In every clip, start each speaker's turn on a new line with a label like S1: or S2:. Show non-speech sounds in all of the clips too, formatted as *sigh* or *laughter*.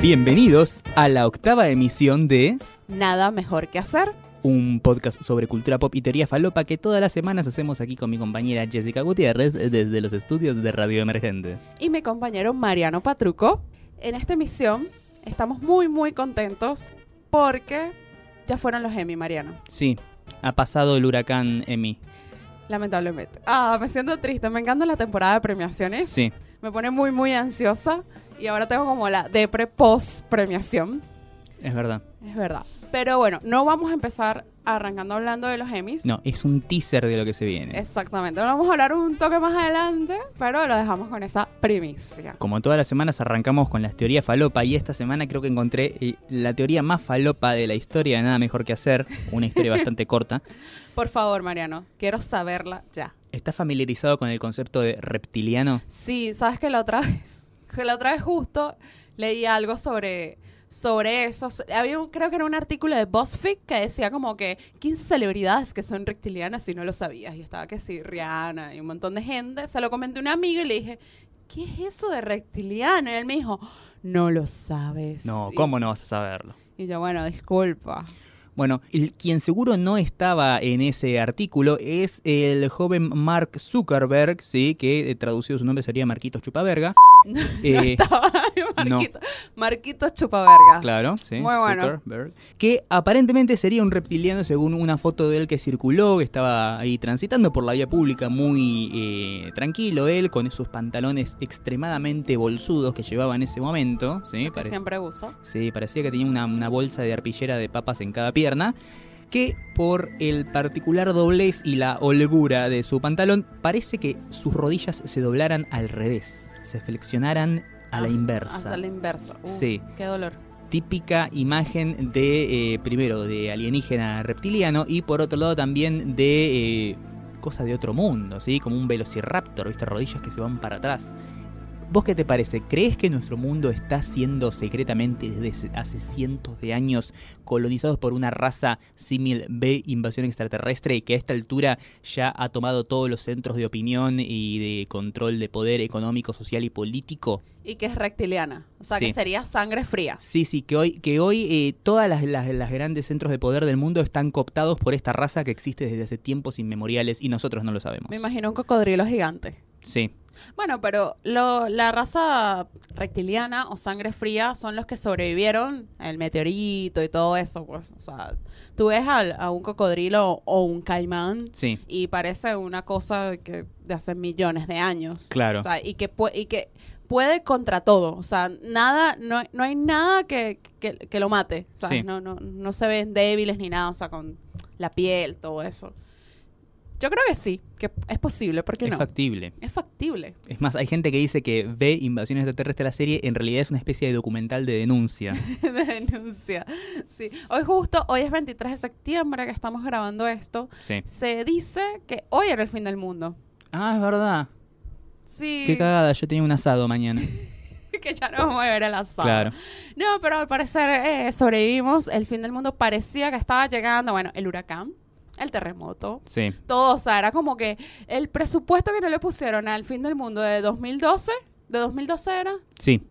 S1: Bienvenidos a la octava emisión de
S2: Nada mejor que hacer.
S1: un podcast sobre cultura pop y teoría falopa que todas las semanas hacemos aquí con mi compañera Jessica Gutiérrez desde los estudios de Radio Emergente.
S2: Y mi compañero Mariano Patruco. En esta emisión estamos muy, muy contentos porque ya fueron los Emmy, Mariano.
S1: Sí, ha pasado el huracán Emi.
S2: Lamentablemente. Ah, me siento triste. Me encanta la temporada de premiaciones.
S1: Sí,
S2: Me pone muy, muy ansiosa. Y ahora tengo como la depre post premiación.
S1: es verdad.
S2: Es verdad. Pero bueno, no vamos a empezar arrancando hablando de los Emmys.
S1: No, es un teaser de lo que se viene.
S2: Exactamente. Lo vamos a hablar un toque más adelante, pero lo dejamos con esa primicia.
S1: Como todas las semanas arrancamos con las teorías falopa y esta semana creo que encontré eh, la teoría más falopa de la historia de Nada Mejor que Hacer, una historia bastante *laughs* corta.
S2: Por favor, Mariano, quiero saberla ya.
S1: ¿Estás familiarizado con el concepto de reptiliano?
S2: Sí, sabes que la otra *laughs* vez, que la otra vez justo leí algo sobre sobre eso. Había un- creo que era un artículo de BuzzFeed que decía como que 15 celebridades que son reptilianas y no lo sabías. Y estaba que sí, Rihanna y un montón de gente. Se lo comenté a un amigo y le dije, ¿qué es eso de reptiliano? Y él me dijo, no lo sabes.
S1: No,
S2: Y-
S1: ¿cómo no vas a saberlo?
S2: Y yo, bueno, disculpa.
S1: Bueno, el- quien seguro no estaba en ese artículo es el joven Mark Zuckerberg, sí, que eh, traducido su nombre sería Marquitos
S2: *laughs*
S1: Chupaverga.
S2: no
S1: Eh,
S2: *laughs* estaba
S1: no.
S2: Marquito, Marquito Chupaverga.
S1: Claro, sí.
S2: Muy bueno.
S1: Zuckerberg. Que aparentemente sería un reptiliano según una foto de él que circuló, que estaba ahí transitando por la vía pública muy eh, tranquilo él, con esos pantalones extremadamente bolsudos que llevaba en ese momento, sí,
S2: Que
S1: Pare-
S2: siempre uso.
S1: Sí, parecía que tenía una, una bolsa de arpillera de papas en cada pierna. Que por el particular doblez y la holgura de su pantalón, parece que sus rodillas se doblaran al revés, se flexionaran a la
S2: Hacia-
S1: inversa.
S2: hacia Ah, la inversa. Uh,
S1: Sí.
S2: Qué dolor.
S1: Típica imagen de, eh, primero, de alienígena reptiliano y por otro lado también de eh, cosa de otro mundo, ¿sí? Como un velociraptor, ¿viste? Rodillas que se van para atrás. ¿Vos qué te parece? ¿Crees que nuestro mundo está siendo secretamente desde hace cientos de años colonizados por una raza símil B invasión extraterrestre y que a esta altura ya ha tomado todos los centros de opinión y de control de poder económico, social y político?
S2: Y que es reptiliana. O sea,
S1: Sí.
S2: que sería sangre fría.
S1: Sí, sí, que hoy, que hoy eh, todas las, las- las grandes centros de poder del mundo están cooptados por esta raza que existe desde hace tiempos inmemoriales y nosotros no lo sabemos.
S2: Me imagino un cocodrilo gigante.
S1: Sí,
S2: Bueno, pero lo- la raza reptiliana o sangre fría son los que sobrevivieron el meteorito y todo eso. Pues, o sea, tú ves al- a un cocodrilo o un caimán
S1: sí.
S2: y parece una cosa que de hace millones de años.
S1: Claro.
S2: O sea, y que, pue- y que puede contra todo. O sea, nada, no, no hay nada que, que- que lo mate. O sea,
S1: Sí.
S2: no, no, no se ven débiles ni nada. O sea, con la piel, todo eso. Yo creo que sí, que es posible, porque
S1: Es
S2: no?
S1: factible.
S2: es factible. *laughs*
S1: Es más, hay gente que dice que ve Invasión Extraterrestre la serie, en realidad es una especie de documental de
S2: *laughs*
S1: denuncia.
S2: Denuncia. Sí. Hoy justo, hoy es 23 de septiembre que estamos grabando esto.
S1: Sí.
S2: Se dice que hoy era el fin del mundo.
S1: Ah, es verdad.
S2: Sí.
S1: Qué cagada, yo tenía un asado mañana.
S2: *laughs* que ya no vamos a ver el asado.
S1: Claro.
S2: No, pero al parecer eh, sobrevivimos. El fin del mundo parecía que estaba llegando. Bueno, el huracán, el terremoto,
S1: Sí.
S2: todo. O sea, era como que el presupuesto que no le pusieron al fin del mundo de 2012, de 2012 era,
S1: Sí.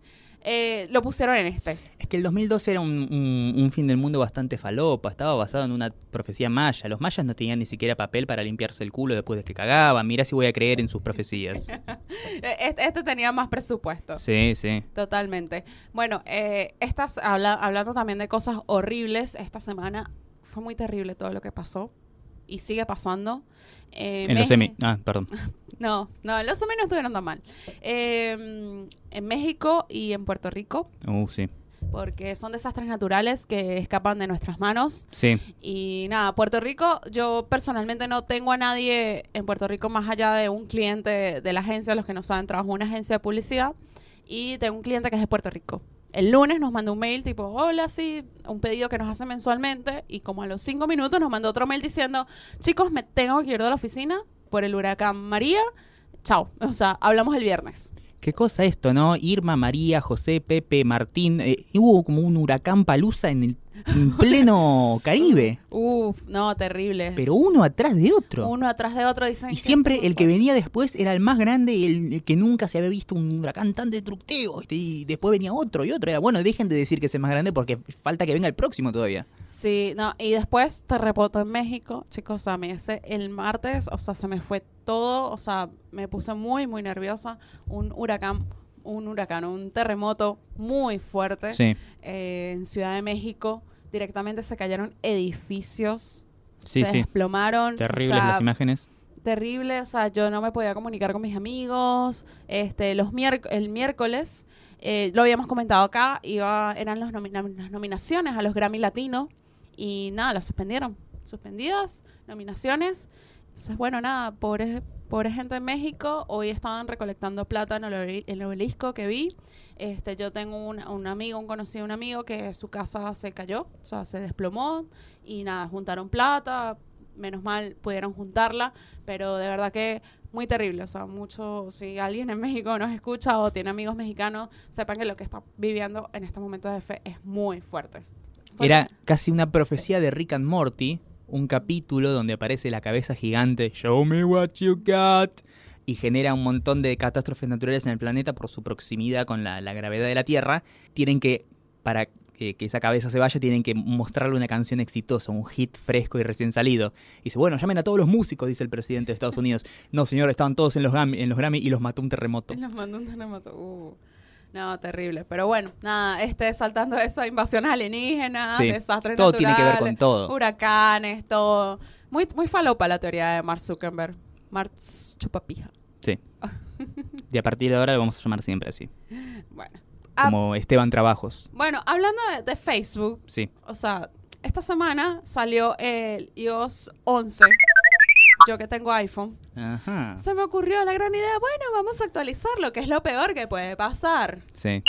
S2: eh, lo pusieron en este.
S1: Es que el 2012 era un, un- un fin del mundo bastante falopa, estaba basado en una profecía maya. Los mayas no tenían ni siquiera papel para limpiarse el culo después de que cagaban. Mirá si voy a creer en sus profecías.
S2: Eh, Este, este tenía más presupuesto.
S1: Sí, sí.
S2: Totalmente. Bueno, eh, estas, habla- hablando también de cosas horribles, esta semana fue muy terrible todo lo que pasó y sigue pasando. Eh,
S1: En los
S2: Mex-
S1: semi. Ah, perdón.
S2: No, no, los hombres no estuvieron tan mal. Eh, en México y en Puerto Rico,
S1: Uh, sí.
S2: porque son desastres naturales que escapan de nuestras manos.
S1: Sí.
S2: Y nada, Puerto Rico, yo personalmente no tengo a nadie en Puerto Rico más allá de un cliente de, de la agencia, los que no saben, trabajo en una agencia de publicidad y tengo un cliente que es de Puerto Rico. El lunes nos mandó un mail tipo, hola, sí, un pedido que nos hace mensualmente y como a los cinco minutos nos mandó otro mail diciendo, chicos, me tengo que ir de la oficina por el huracán María, chao, o sea, hablamos el viernes.
S1: Qué cosa esto, ¿no? Irma, María, José, Pepe, Martín. eh, hubo como un huracán palusa en el en pleno Caribe,
S2: Uf, no, terrible.
S1: pero uno atrás de otro.
S2: Uno atrás de otro dicen.
S1: Y
S2: que-
S1: siempre el que venía después era el más grande y el, el que nunca se había visto un huracán tan destructivo. ¿viste? Y después venía otro y otro. Era bueno, dejen de decir que es el más grande porque falta que venga el próximo todavía.
S2: Sí, no, y después terremoto en México, chicos, a mí ese el martes, o sea, se me fue todo, o sea, me puse muy, muy nerviosa, un huracán, un huracán, un terremoto muy fuerte
S1: Sí,
S2: eh, en Ciudad de México, directamente se cayeron edificios,
S1: sí,
S2: se desplomaron, o sea,
S1: imágenes.
S2: terrible, o sea, yo no me podía comunicar con mis amigos, este, los miérc- el miércoles, eh, lo habíamos comentado acá, iba, eran los nomina- las nominaciones a los Grammy Latino y nada, las suspendieron, suspendidas, nominaciones, entonces bueno, nada, pobre, pobre gente en México, hoy estaban recolectando plata en el, obeli- en el obelisco que vi, este, yo tengo un, un amigo, un conocido, un amigo que su casa se cayó, o sea, se desplomó y nada, juntaron plata, menos mal pudieron juntarla, pero de verdad que muy terrible, o sea, mucho, si alguien en México nos escucha o tiene amigos mexicanos, sepan que lo que está viviendo en estos momentos de fe es muy fuerte. Fuerte.
S1: Era casi una profecía de Rick and Morty, un capítulo donde aparece la cabeza gigante, Show me what you got, y genera un montón de catástrofes naturales en el planeta por su proximidad con la, la gravedad de la Tierra. Tienen que, para que, que esa cabeza se vaya, tienen que mostrarle una canción exitosa, un hit fresco y recién salido. Y dice, bueno, llamen a todos los músicos, dice el presidente de Estados Unidos. No, señor, estaban todos en los, Grammy- en los Grammy y los mató un terremoto.
S2: Nos mandó un terremoto. Uh, No, terrible. Pero bueno, nada, este, saltando eso, invasiones alienígenas,
S1: Sí,
S2: desastres
S1: Todo tiene que ver
S2: naturales,
S1: con todo.
S2: huracanes, todo. Muy, muy falopa la teoría de Mark Zuckerberg. Mark chupapija.
S1: Sí. Y a partir de ahora lo vamos a llamar siempre así.
S2: Bueno. Ah,
S1: Como Esteban Trabajos.
S2: bueno, hablando de- de Facebook,
S1: Sí.
S2: o sea, esta semana salió el iOS 11. Yo que tengo iPhone.
S1: Ajá.
S2: Se me ocurrió la gran idea, bueno, vamos a actualizarlo, que es lo peor que puede pasar.
S1: Sí.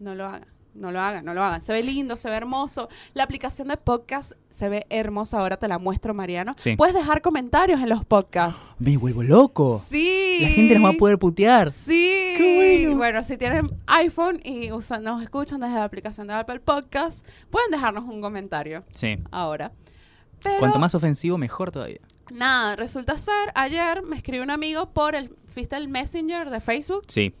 S2: No lo hagan, no lo hagan, no lo hagan. Se ve lindo, se ve hermoso. La aplicación de podcast se ve hermosa. Ahora te la muestro, Mariano.
S1: Sí.
S2: Puedes dejar comentarios en los podcasts.
S1: Me vuelvo loco.
S2: Sí.
S1: Oh. La gente nos va a poder putear.
S2: Sí.
S1: Qué bueno.
S2: si tienen iPhone y usan- nos escuchan desde la aplicación de Apple Podcast, pueden dejarnos un comentario
S1: Sí.
S2: ahora. Pero
S1: Cuanto más ofensivo, mejor todavía.
S2: nada, resulta ser, ayer me escribió un amigo por el, ¿viste el Messenger de Facebook?
S1: Sí.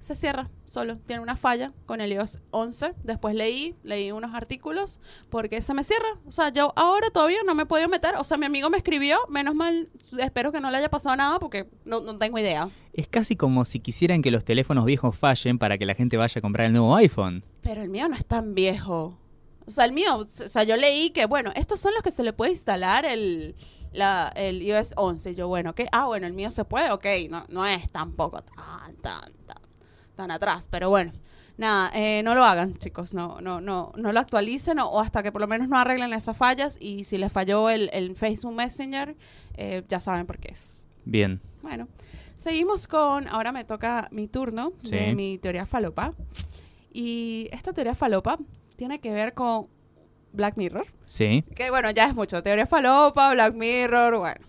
S2: se cierra solo, tiene una falla con el iOS 11. Después leí, leí unos artículos porque se me cierra. O sea, yo ahora todavía no me he podido meter. O sea, mi amigo me escribió, menos mal, espero que no le haya pasado nada porque no, no tengo idea.
S1: Es casi como si quisieran que los teléfonos viejos fallen para que la gente vaya a comprar el nuevo iPhone.
S2: Pero el mío no es tan viejo. O sea, el mío, o sea, yo leí que, bueno, estos son los que se le puede instalar el, la, el iOS 11. Y Yo, bueno, ¿qué? Ah, bueno, el mío se puede, ok. No, no es tampoco tan, tan, tan, tan atrás, pero bueno. Nada, eh, no lo hagan, chicos. No, no, no, no lo actualicen o, o hasta que por lo menos no arreglen esas fallas. Y si les falló el, el Facebook Messenger, eh, ya saben por qué es.
S1: Bien.
S2: Bueno, seguimos con. Ahora me toca mi turno de
S1: Sí.
S2: mi teoría falopa. Y esta teoría falopa tiene que ver con Black Mirror.
S1: Sí.
S2: Que bueno, ya es mucho. Teoría falopa, Black Mirror, bueno.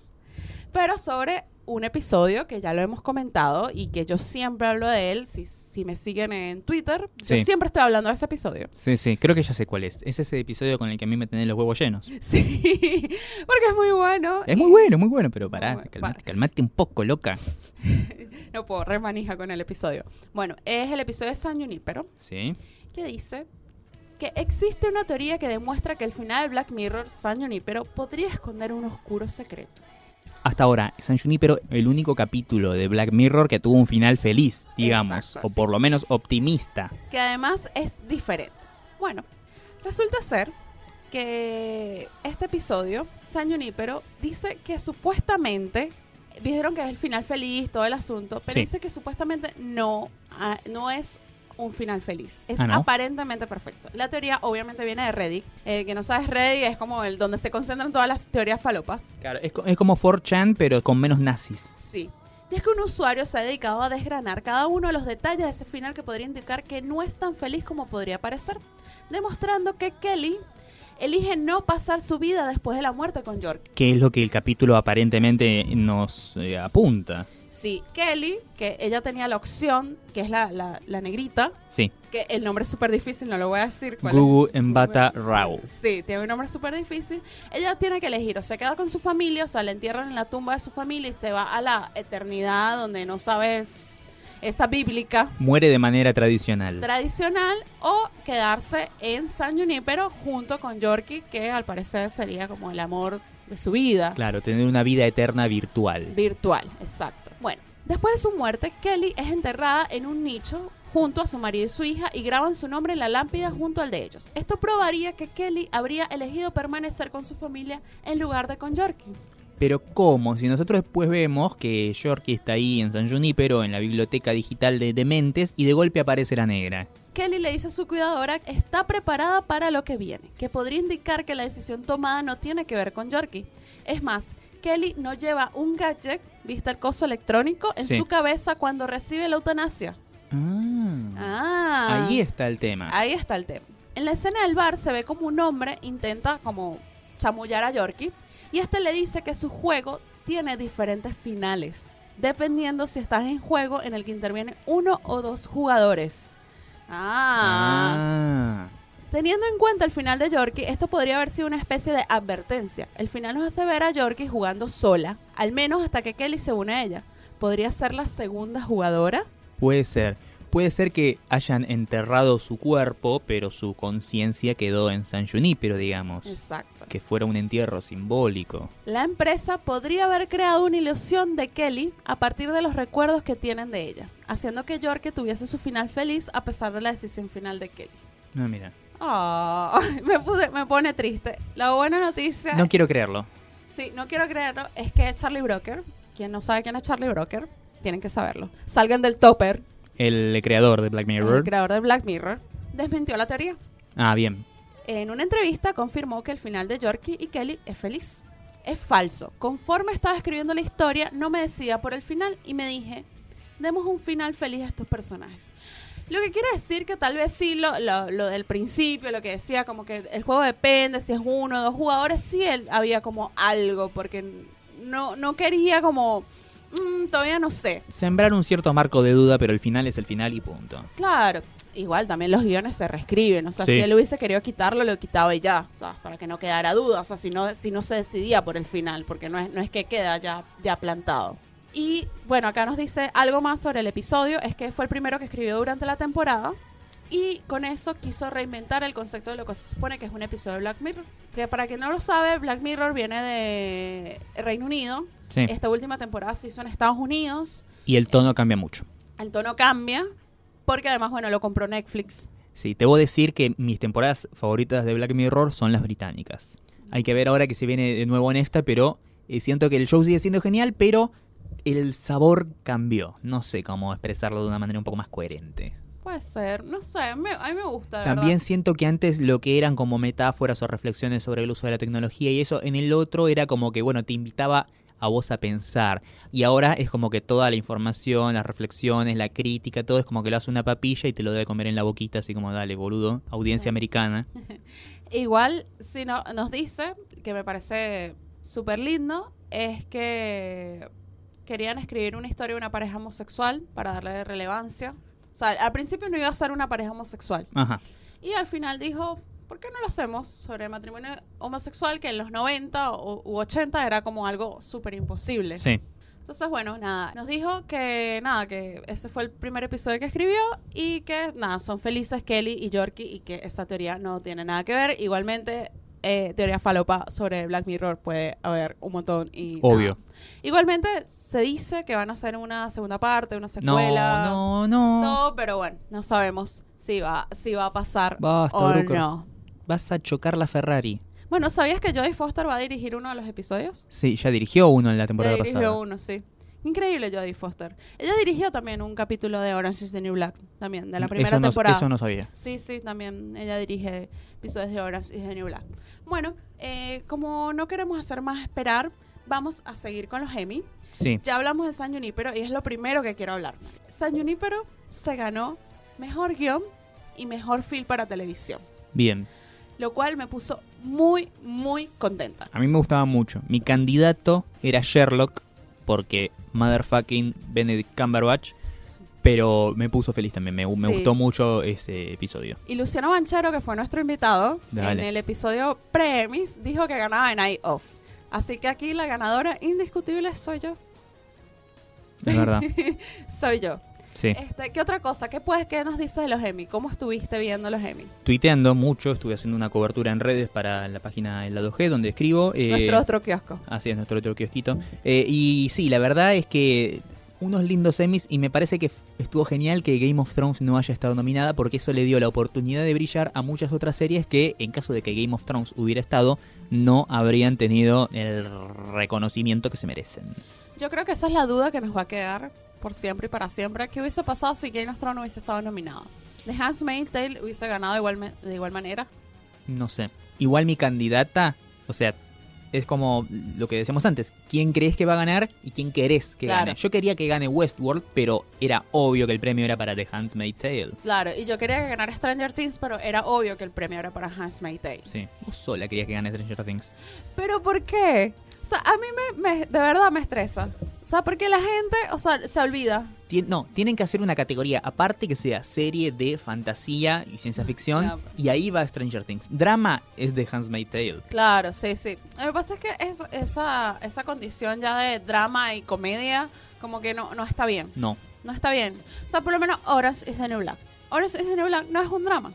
S2: Pero sobre un episodio que ya lo hemos comentado y que yo siempre hablo de él. Si, si me siguen en Twitter, yo
S1: Sí.
S2: siempre estoy hablando de ese episodio. *laughs*
S1: Sí, sí. Creo que ya sé cuál es. Es ese episodio con el que a mí me tenés los huevos llenos.
S2: Sí, porque es muy bueno.
S1: Es muy
S2: y-
S1: bueno, muy bueno, pero pará,
S2: Muy bueno.
S1: calmate, calmate un poco, loca.
S2: No puedo, remanija con el episodio. Bueno, es el episodio de San Junipero.
S1: Sí.
S2: que dice que existe una teoría que demuestra que el final de Black Mirror, San Junipero, podría esconder un oscuro secreto.
S1: Hasta ahora, San Junipero, el único capítulo de Black Mirror que tuvo un final feliz, digamos,
S2: Exacto,
S1: o por lo menos optimista.
S2: que además es diferente. Bueno, resulta ser que este episodio, San Junípero, dice que supuestamente, vieron que es el final feliz, todo el asunto, pero
S1: Sí.
S2: dice que supuestamente no, ah, no es un final feliz. Es
S1: Ah, ¿no?
S2: aparentemente perfecto. La teoría obviamente viene de Reddit. Eh, que no sabes, Reddit es como el donde se concentran todas las teorías falopas.
S1: Claro, es, co- es como 4chan, pero con menos nazis.
S2: Sí. Y es que un usuario se ha dedicado a desgranar cada uno de los detalles de ese final que podría indicar que no es tan feliz como podría parecer, demostrando que Kelly elige no pasar su vida después de la muerte con York.
S1: que es lo que el capítulo aparentemente nos eh, apunta.
S2: Sí, Kelly, que ella tenía la opción, que es la, la, la negrita,
S1: Sí.
S2: que el nombre es súper difícil, no lo voy a decir. cuál es.
S1: Gugu Mbata Rao.
S2: Sí, tiene un nombre súper difícil. Ella tiene que elegir, o se queda con su familia, o sea, la entierran en la tumba de su familia y se va a la eternidad donde no sabes esa bíblica
S1: Muere de manera tradicional.
S2: tradicional o quedarse en San Junípero junto con Yorkie, que al parecer sería como el amor de su vida.
S1: Claro, tener una vida eterna virtual.
S2: Virtual, exacto. Bueno, después de su muerte, Kelly es enterrada en un nicho junto a su marido y su hija y graban su nombre en la lámpida junto al de ellos. Esto probaría que Kelly habría elegido permanecer con su familia en lugar de con Yorkie.
S1: Pero ¿cómo? Si nosotros después vemos que Yorkie está ahí en San Junípero, en la biblioteca digital de Dementes, y de golpe aparece la negra.
S2: Kelly le dice a su cuidadora que está preparada para lo que viene, que podría indicar que la decisión tomada no tiene que ver con Yorkie. Es más, Kelly no lleva un gadget, vista el coso electrónico, en
S1: Sí.
S2: su cabeza cuando recibe la eutanasia.
S1: Ah,
S2: Ah.
S1: Ahí está el tema.
S2: Ahí está el tema. En la escena del bar se ve como un hombre intenta como chamullar a Yorkie y este le dice que su juego tiene diferentes finales, dependiendo si estás en juego en el que intervienen uno o dos jugadores. Ah.
S1: Ah.
S2: Teniendo en cuenta el final de Yorkie, esto podría haber sido una especie de advertencia. El final nos hace ver a Yorkie jugando sola, al menos hasta que Kelly se une a ella. Podría ser la segunda jugadora.
S1: Puede ser. Puede ser que hayan enterrado su cuerpo, pero su conciencia quedó en San Junípero, digamos.
S2: Exacto.
S1: Que fuera un entierro simbólico.
S2: La empresa podría haber creado una ilusión de Kelly a partir de los recuerdos que tienen de ella, haciendo que Yorke tuviese su final feliz a pesar de la decisión final de Kelly.
S1: No, mira.
S2: Ah, *laughs* me, pude- me pone triste. La buena noticia,
S1: No quiero creerlo.
S2: sí, no quiero creerlo, es que Charlie Broker, quien no sabe quién es Charlie Broker, tienen que saberlo. Salgan del topper,
S1: El creador de Black
S2: el
S1: Mirror.
S2: creador de Black Mirror, desmintió la teoría.
S1: Ah, bien.
S2: En una entrevista confirmó que el final de Yorkie y Kelly es feliz. Es falso. Conforme estaba escribiendo la historia, no me decidía por el final y me dije, demos un final feliz a estos personajes. Lo que quiere decir que tal vez sí, lo, lo- lo del principio, lo que decía, como que el juego depende si es uno o dos jugadores, sí él había como algo, porque no, no quería como, "Mm, todavía no sé.
S1: Sembrar un cierto marco de duda, pero el final es el final y punto.
S2: Claro, igual también los guiones se reescriben. O sea,
S1: Sí.
S2: si él hubiese querido quitarlo, lo quitaba y ya. O sea, para que no quedara duda. O sea, si no, si no se decidía por el final, porque no es, no es que queda ya, ya plantado. Y bueno, acá nos dice algo más sobre el episodio. Es que fue el primero que escribió durante la temporada. Y con eso quiso reinventar el concepto de lo que se supone que es un episodio de Black Mirror. Que para quien no lo sabe, Black Mirror viene de Reino Unido.
S1: Sí.
S2: Esta última temporada se hizo en Estados Unidos.
S1: Y el tono cambia mucho.
S2: El tono cambia, porque además, bueno, lo compró Netflix.
S1: Sí, te voy a decir que mis temporadas favoritas de Black Mirror son las británicas. Hay que ver ahora que se viene de nuevo en esta, pero eh, siento que el show sigue siendo genial, pero el sabor cambió. No sé cómo expresarlo de una manera un poco más coherente.
S2: Puede ser, no sé, me- a mí me gusta. de
S1: También
S2: verdad.
S1: siento que antes lo que eran como metáforas o reflexiones sobre el uso de la tecnología y eso, en el otro era como que, bueno, te invitaba a vos a pensar. Y ahora es como que toda la información, las reflexiones, la crítica, todo es como que lo hace una papilla y te lo debe comer en la boquita, así como, dale, boludo, audiencia
S2: Sí.
S1: americana.
S2: Igual, si no, nos dice, que me parece súper lindo, es que querían escribir una historia de una pareja homosexual para darle relevancia. O sea, al principio no iba a ser una pareja homosexual.
S1: Ajá.
S2: Y al final dijo, ¿por qué no lo hacemos sobre matrimonio homosexual que en los 90 o- u 80 era como algo súper imposible?
S1: Sí.
S2: Entonces, bueno, nada, nos dijo que nada, que ese fue el primer episodio que escribió y que nada, son felices Kelly y Yorkie y que esa teoría no tiene nada que ver. Igualmente, eh, teoría falopa sobre Black Mirror puede haber un montón y nada.
S1: Obvio.
S2: Igualmente, se dice que van a hacer una segunda parte, una
S1: No,
S2: secuela,
S1: no, no.
S2: todo, pero bueno, no sabemos si va, si va a pasar
S1: Basta,
S2: o
S1: Drucker.
S2: no.
S1: Vas a chocar la Ferrari.
S2: Bueno, ¿sabías que Jodie Foster va a dirigir uno de los episodios?
S1: Sí, ya dirigió uno en la temporada
S2: Ella dirigió
S1: pasada.
S2: uno, sí. Increíble Jodie Foster. Ella dirigió también un capítulo de Orange is the New Black, también, de la primera
S1: eso no,
S2: temporada.
S1: Eso no sabía.
S2: Sí, sí, también ella dirige episodios de Orange is the New Black. Bueno, eh, como no queremos hacer más esperar, vamos a seguir con los Emmy.
S1: Sí.
S2: Ya hablamos de San Junípero y es lo primero que quiero hablar. San Junípero se ganó mejor guión y mejor film para televisión,
S1: Bien.
S2: lo cual me puso muy, muy contenta.
S1: A mí me gustaba mucho. Mi candidato era Sherlock, porque motherfucking Benedict Cumberbatch, pero me puso feliz también, me, me
S2: Sí.
S1: gustó mucho ese episodio.
S2: Y Luciano Banchero, que fue nuestro invitado
S1: Dale.
S2: en el episodio Premis, dijo que ganaba en Eye Off. Así que aquí la ganadora indiscutible soy yo. *laughs*
S1: Es verdad,
S2: Soy yo.
S1: sí.
S2: Este, ¿Qué otra cosa? ¿Qué, puedes, ¿Qué nos dices de los Emmy? ¿Cómo estuviste viendo los Emmy?
S1: Tuiteando mucho, estuve haciendo una cobertura en redes para la página El Lado G, donde escribo. eh,
S2: Nuestro otro kiosco.
S1: Así es, nuestro otro kiosquito. Eh, y sí, la verdad es que unos lindos semis y me parece que f- estuvo genial que Game of Thrones no haya estado nominada porque eso le dio la oportunidad de brillar a muchas otras series que en caso de que Game of Thrones hubiera estado no habrían tenido el reconocimiento que se merecen.
S2: Yo creo que esa es la duda que nos va a quedar por siempre y para siempre. ¿Qué hubiese pasado si Game of Thrones hubiese estado nominado? The Handmaid's Tale hubiese ganado igual me- de igual manera.
S1: No sé. Igual mi candidata, o sea, es como lo que decíamos antes. ¿Quién crees que va a ganar y quién querés que
S2: Claro.
S1: gane? Yo quería que gane Westworld, pero era obvio que el premio era para The Handmaid's Tale.
S2: Claro, y yo quería que ganara Stranger Things, pero era obvio que el premio era para Handmaid's Tale.
S1: Sí. Vos sola querías que gane Stranger Things.
S2: ¿Pero por qué? O sea, a mí me, me- de verdad me estresa. O sea, porque la gente, o sea, se olvida.
S1: Tien- no, tienen que hacer una categoría aparte que sea serie de fantasía y ciencia ficción.
S2: Ya.
S1: Y ahí va Stranger Things. Drama es de Handmaid's Tale.
S2: Claro, sí, sí. Lo que pasa es que es- esa, esa condición ya de drama y comedia, como que no, no está bien.
S1: No.
S2: No está bien. O sea, por lo menos Orange is the New Black. Orange is the New Black no es un drama.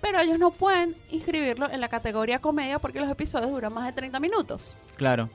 S2: Pero ellos no pueden inscribirlo en la categoría comedia porque los episodios duran más de 30 minutos.
S1: Claro.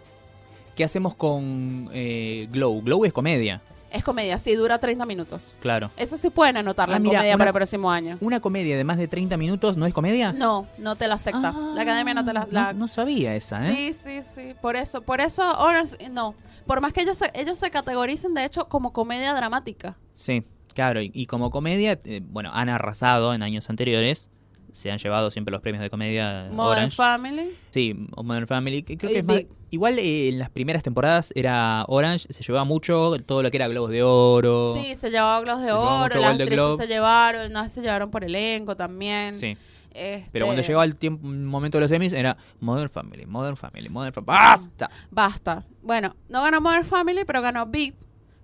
S1: ¿Qué hacemos con eh, Glow? Glow es comedia.
S2: Es comedia, sí, dura 30 minutos.
S1: Claro.
S2: Esa sí pueden anotarla
S1: Ah,
S2: en
S1: mira,
S2: comedia
S1: una-
S2: para el próximo año.
S1: ¿Una comedia de más de 30 minutos no es comedia?
S2: No, no te la acepta.
S1: Ah,
S2: la academia no te la... la-
S1: no sabía esa, ¿eh?
S2: Sí, sí, sí. Por eso, por eso Orange... No. Por más que ellos se, ellos se categoricen, de hecho, como comedia dramática.
S1: Sí, claro. Y, y como comedia, eh, bueno, han arrasado en años anteriores. Se han llevado siempre los premios de comedia. eh,
S2: Modern
S1: Orange.
S2: Family.
S1: Sí, o Modern Family. que Creo
S2: Y
S1: que es más-
S2: Big.
S1: Igual eh, en las primeras temporadas era Orange, se llevaba mucho, todo lo que era Globos de Oro.
S2: Sí, se llevaba Globos de
S1: Se llevaba
S2: Oro,
S1: mucho
S2: las
S1: Golden
S2: actrices
S1: Globe.
S2: se llevaron, no se llevaron por elenco también.
S1: Sí.
S2: Este,
S1: Pero cuando llegaba el tiempo, el momento de los semis era Modern Family, Modern Family, Modern Family. ¡Basta!
S2: Basta. Bueno, no ganó Modern Family, pero ganó Big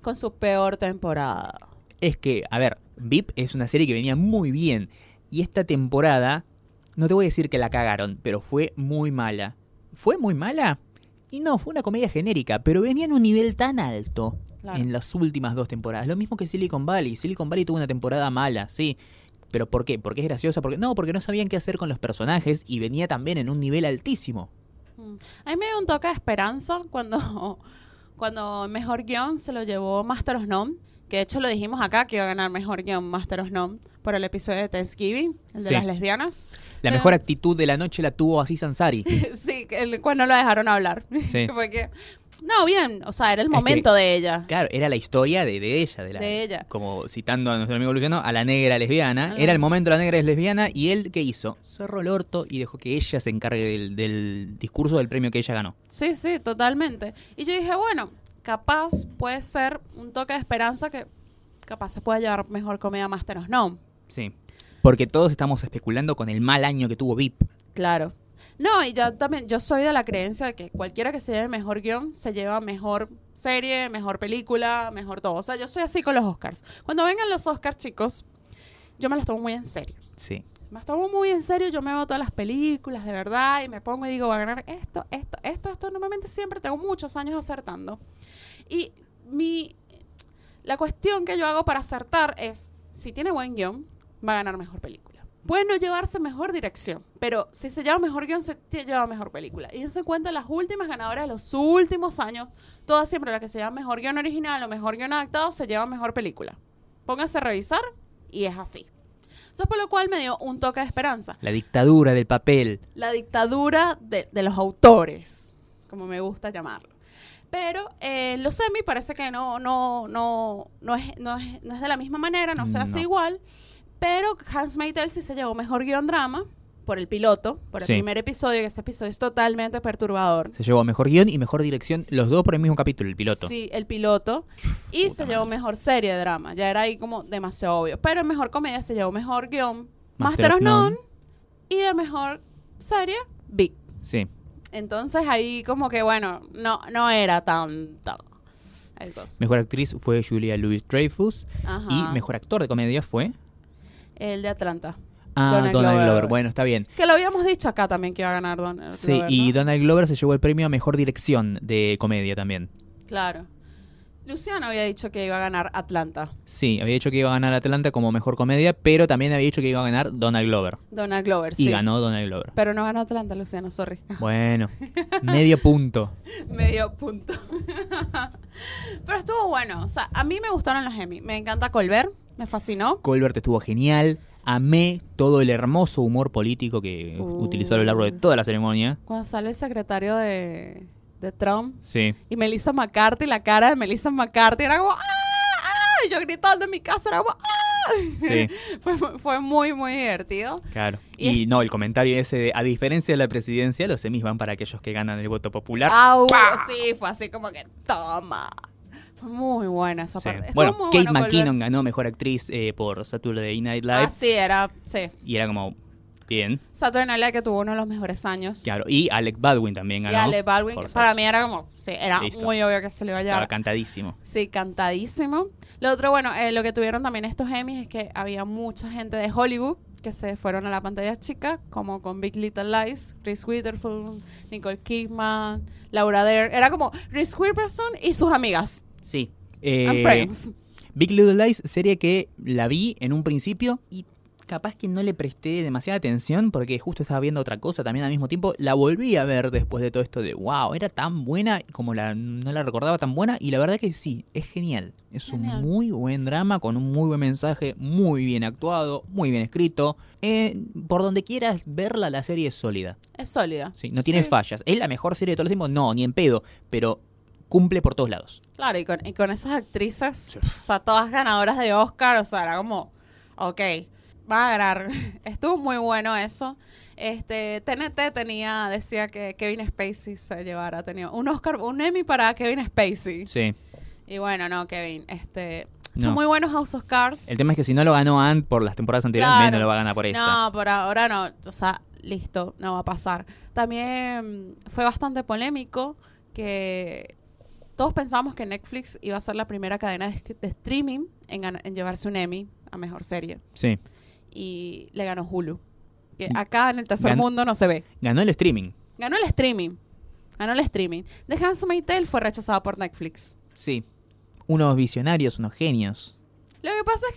S2: con su peor temporada.
S1: Es que, a ver, VIP es una serie que venía muy bien. Y esta temporada, no te voy a decir que la cagaron, pero fue muy mala. ¿Fue muy mala? Y no, fue una comedia genérica, pero venía en un nivel tan alto
S2: Claro.
S1: en las últimas dos temporadas. Lo mismo que Silicon Valley. Silicon Valley tuvo una temporada mala, sí. ¿Pero por qué? ¿Porque es graciosa? Porque... No, porque no sabían qué hacer con los personajes y venía también en un nivel altísimo.
S2: Mm. A mí me dio un toque de esperanza cuando, *laughs* cuando Mejor Guión se lo llevó Master of None, que de hecho lo dijimos acá que iba a ganar Mejor Guión Master of None por el episodio de Thanksgiving, el de
S1: Sí.
S2: las lesbianas. *laughs*
S1: La
S2: Pero-
S1: mejor actitud de la noche la tuvo Aziz
S2: *laughs*
S1: Ansari.
S2: sí, que el- cuando lo dejaron hablar.
S1: Sí.
S2: *laughs* Fue que- no, bien, o sea, era el
S1: que-
S2: momento de ella.
S1: Claro, era la historia de, de ella, de, la,
S2: De ella.
S1: Como citando a nuestro amigo Luciano, a la negra lesbiana.
S2: Ah.
S1: Era el momento de la negra es lesbiana y él, ¿qué hizo? Cerró el orto y dejó que ella se encargue del, del discurso del premio que ella ganó.
S2: Sí, sí, totalmente. Y yo dije, bueno, capaz puede ser un toque de esperanza que capaz se pueda llevar mejor comida Master No,
S1: Sí. Porque todos estamos especulando con el mal año que tuvo VIP.
S2: claro. No, y yo también, yo soy de la creencia de que cualquiera que se lleve el mejor guión se lleva mejor serie, mejor película, mejor todo. O sea, yo soy así con los Oscars. Cuando vengan los Oscars, chicos, yo me los tomo muy en serio.
S1: Sí.
S2: Me los tomo muy en serio, yo me veo todas las películas de verdad y me pongo y digo, va a ganar esto, esto, esto, esto. Normalmente siempre tengo muchos años acertando. Y mi la cuestión que yo hago para acertar es, si tiene buen guión, va a ganar mejor película. Puede no llevarse mejor dirección, pero si se lleva mejor guión, se te- lleva mejor película. Y dense cuenta, las últimas ganadoras de los últimos años, todas siempre las que se llevan mejor guión original o mejor guión adaptado, se llevan mejor película. Pónganse a revisar y es así. Eso es por lo cual me dio un toque de esperanza.
S1: La dictadura del papel.
S2: La dictadura de, de los autores, como me gusta llamarlo. Pero eh, los semi parece que no, no, no, no, es, no, es, no es de la misma manera, no se hace
S1: No.
S2: igual. Pero Hans Meitel sí se llevó mejor guión drama por el piloto, por el
S1: Sí.
S2: primer episodio, que ese episodio es totalmente perturbador.
S1: Se llevó mejor guión y mejor dirección, los dos por el mismo capítulo, el piloto.
S2: Sí, el piloto. Y
S1: puta
S2: se llevó
S1: madre.
S2: mejor serie de drama. Ya era ahí como demasiado obvio. Pero mejor comedia se llevó mejor guión.
S1: Master
S2: Master,
S1: of
S2: of None.
S1: None.
S2: Y de mejor serie, Big.
S1: Sí.
S2: Entonces ahí como que bueno, no, no era tanto. el coso.
S1: Mejor actriz fue Julia Louis Dreyfus.
S2: Ajá.
S1: Y mejor actor de comedia fue.
S2: El de Atlanta.
S1: Ah, Donald,
S2: Donald
S1: Glover.
S2: Glover.
S1: Bueno, está bien.
S2: Que lo habíamos dicho acá también que iba a ganar Donald.
S1: Sí, y Donald Glover se llevó el premio a mejor dirección de comedia también.
S2: Claro. Luciano había dicho que iba a ganar Atlanta.
S1: Sí, había dicho que iba a ganar Atlanta como mejor comedia, pero también había dicho que iba a ganar Donald Glover.
S2: Donald Glover,
S1: Y
S2: sí.
S1: ganó Donald
S2: *laughs*
S1: Glover.
S2: Pero no ganó Atlanta, Luciano, sorry. *laughs*
S1: Bueno, medio punto.
S2: Medio punto. *laughs* Pero estuvo bueno. O sea, a mí me gustaron los Emmy. Me encanta Colbert. Me fascinó.
S1: Colbert estuvo genial. Amé todo el hermoso humor político que
S2: Uh.
S1: utilizó a lo largo de toda la ceremonia.
S2: Cuando sale el secretario de, de Trump
S1: Sí.
S2: y Melissa McCarthy, la cara de Melissa McCarthy era como ¡Ah! ¡Ah! Y yo gritando en mi casa era como ¡Ah! *laughs*
S1: Sí.
S2: fue, fue muy, muy divertido.
S1: Claro.
S2: Y
S1: Y no, el comentario ese de, a diferencia de la presidencia, los semis van para aquellos que ganan el voto popular.
S2: ¡Au! Ah, Sí, fue así como que ¡Toma! Fue muy buena esa
S1: Sí.
S2: parte. Estuvo
S1: Bueno,
S2: muy
S1: Kate
S2: bueno Colbert.
S1: McKinnon ganó mejor actriz eh, por Saturday Night Live.
S2: Ah, sí, era, sí.
S1: Y era como, bien,
S2: Saturday Night Live que tuvo uno de los mejores años.
S1: claro. Y Alec Baldwin también
S2: Y
S1: ganó.
S2: Ale Baldwin,
S1: por
S2: que
S1: Sat-
S2: para mí era como, sí, era
S1: Listo.
S2: muy obvio que se le iba a
S1: Estaba
S2: llevar.
S1: cantadísimo.
S2: Sí, cantadísimo. Lo otro, bueno, eh, lo que tuvieron también estos Emmys es que había mucha gente de Hollywood que se fueron a la pantalla chica, como con Big Little Lies, Reese Witherspoon, Nicole Kidman, Laura Dern. Era como Reese Witherspoon y sus amigas.
S1: Sí. Eh,
S2: and friends.
S1: Big Little Lies, serie que la vi en un principio y capaz que no le presté demasiada atención porque justo estaba viendo otra cosa también al mismo tiempo. La volví a ver después de todo esto de wow, era tan buena como la, no la recordaba tan buena y la verdad que sí, es genial. Es
S2: Genial.
S1: un muy buen drama con un muy buen mensaje, muy bien actuado, muy bien escrito. Eh, por donde quieras verla, la serie es sólida.
S2: Es sólida.
S1: ¿sí? No tiene
S2: Sí.
S1: fallas. ¿Es la mejor serie de todos los tiempos? No, ni en pedo, pero cumple por todos lados.
S2: Claro, y con, y con esas actrices, o sea, todas ganadoras de Oscar, o sea, era como, ok, va a ganar. *laughs* Estuvo muy bueno eso. Este, TNT tenía, decía que Kevin Spacey se llevara, tenía un Oscar, un Emmy para Kevin Spacey.
S1: Sí.
S2: Y bueno, no, Kevin, este,
S1: No.
S2: son muy buenos House of Cards.
S1: El tema es que si no lo ganó Ant por las temporadas anteriores,
S2: Claro.
S1: menos lo va a ganar por esta.
S2: No, por ahora no. O sea, listo, no va a pasar. También fue bastante polémico que todos pensamos que Netflix iba a ser la primera cadena de, de streaming en, gana- en llevarse un Emmy a mejor serie.
S1: Sí.
S2: Y le ganó Hulu. Que acá en el tercer
S1: Gan-
S2: mundo no se ve.
S1: Ganó el streaming.
S2: Ganó el streaming. Ganó el streaming. The Handmaid's Tale fue rechazado por Netflix.
S1: Sí. Unos visionarios, unos genios.
S2: Lo que pasa es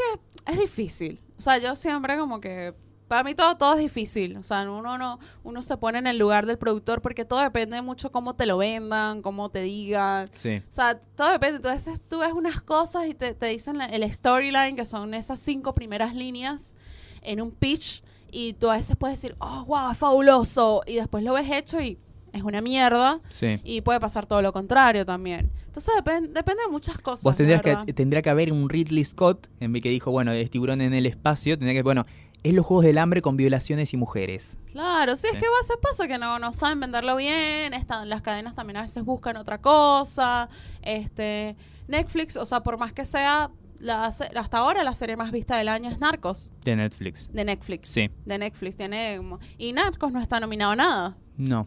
S2: que es difícil. O sea, yo siempre como que... Para mí todo, todo es difícil. O sea, uno no, uno se pone en el lugar del productor porque todo depende mucho cómo te lo vendan, cómo te digan.
S1: Sí.
S2: O sea, todo depende. Entonces tú ves unas cosas y te, te dicen la- el storyline, que son esas cinco primeras líneas en un pitch. Y tú a veces puedes decir, oh, wow, es fabuloso. Y después lo ves hecho y es una mierda.
S1: Sí.
S2: Y puede pasar todo lo contrario también. Entonces depen- depende de muchas cosas.
S1: Vos
S2: la
S1: tendrías
S2: verdad.
S1: que, tendría que haber un Ridley Scott, en vez que dijo, bueno, es tiburón en el espacio, tendría que, bueno, es los Juegos del Hambre con violaciones y mujeres.
S2: Claro, sí, es
S1: Sí.
S2: que pasa, pasa que no, no saben venderlo bien, están, las cadenas también a veces buscan otra cosa, este, Netflix, o sea, por más que sea, la se- hasta ahora la serie más vista del año es Narcos,
S1: De Netflix.
S2: de Netflix,
S1: Sí.
S2: de Netflix, tiene, como- y Narcos no está nominado a nada,
S1: No.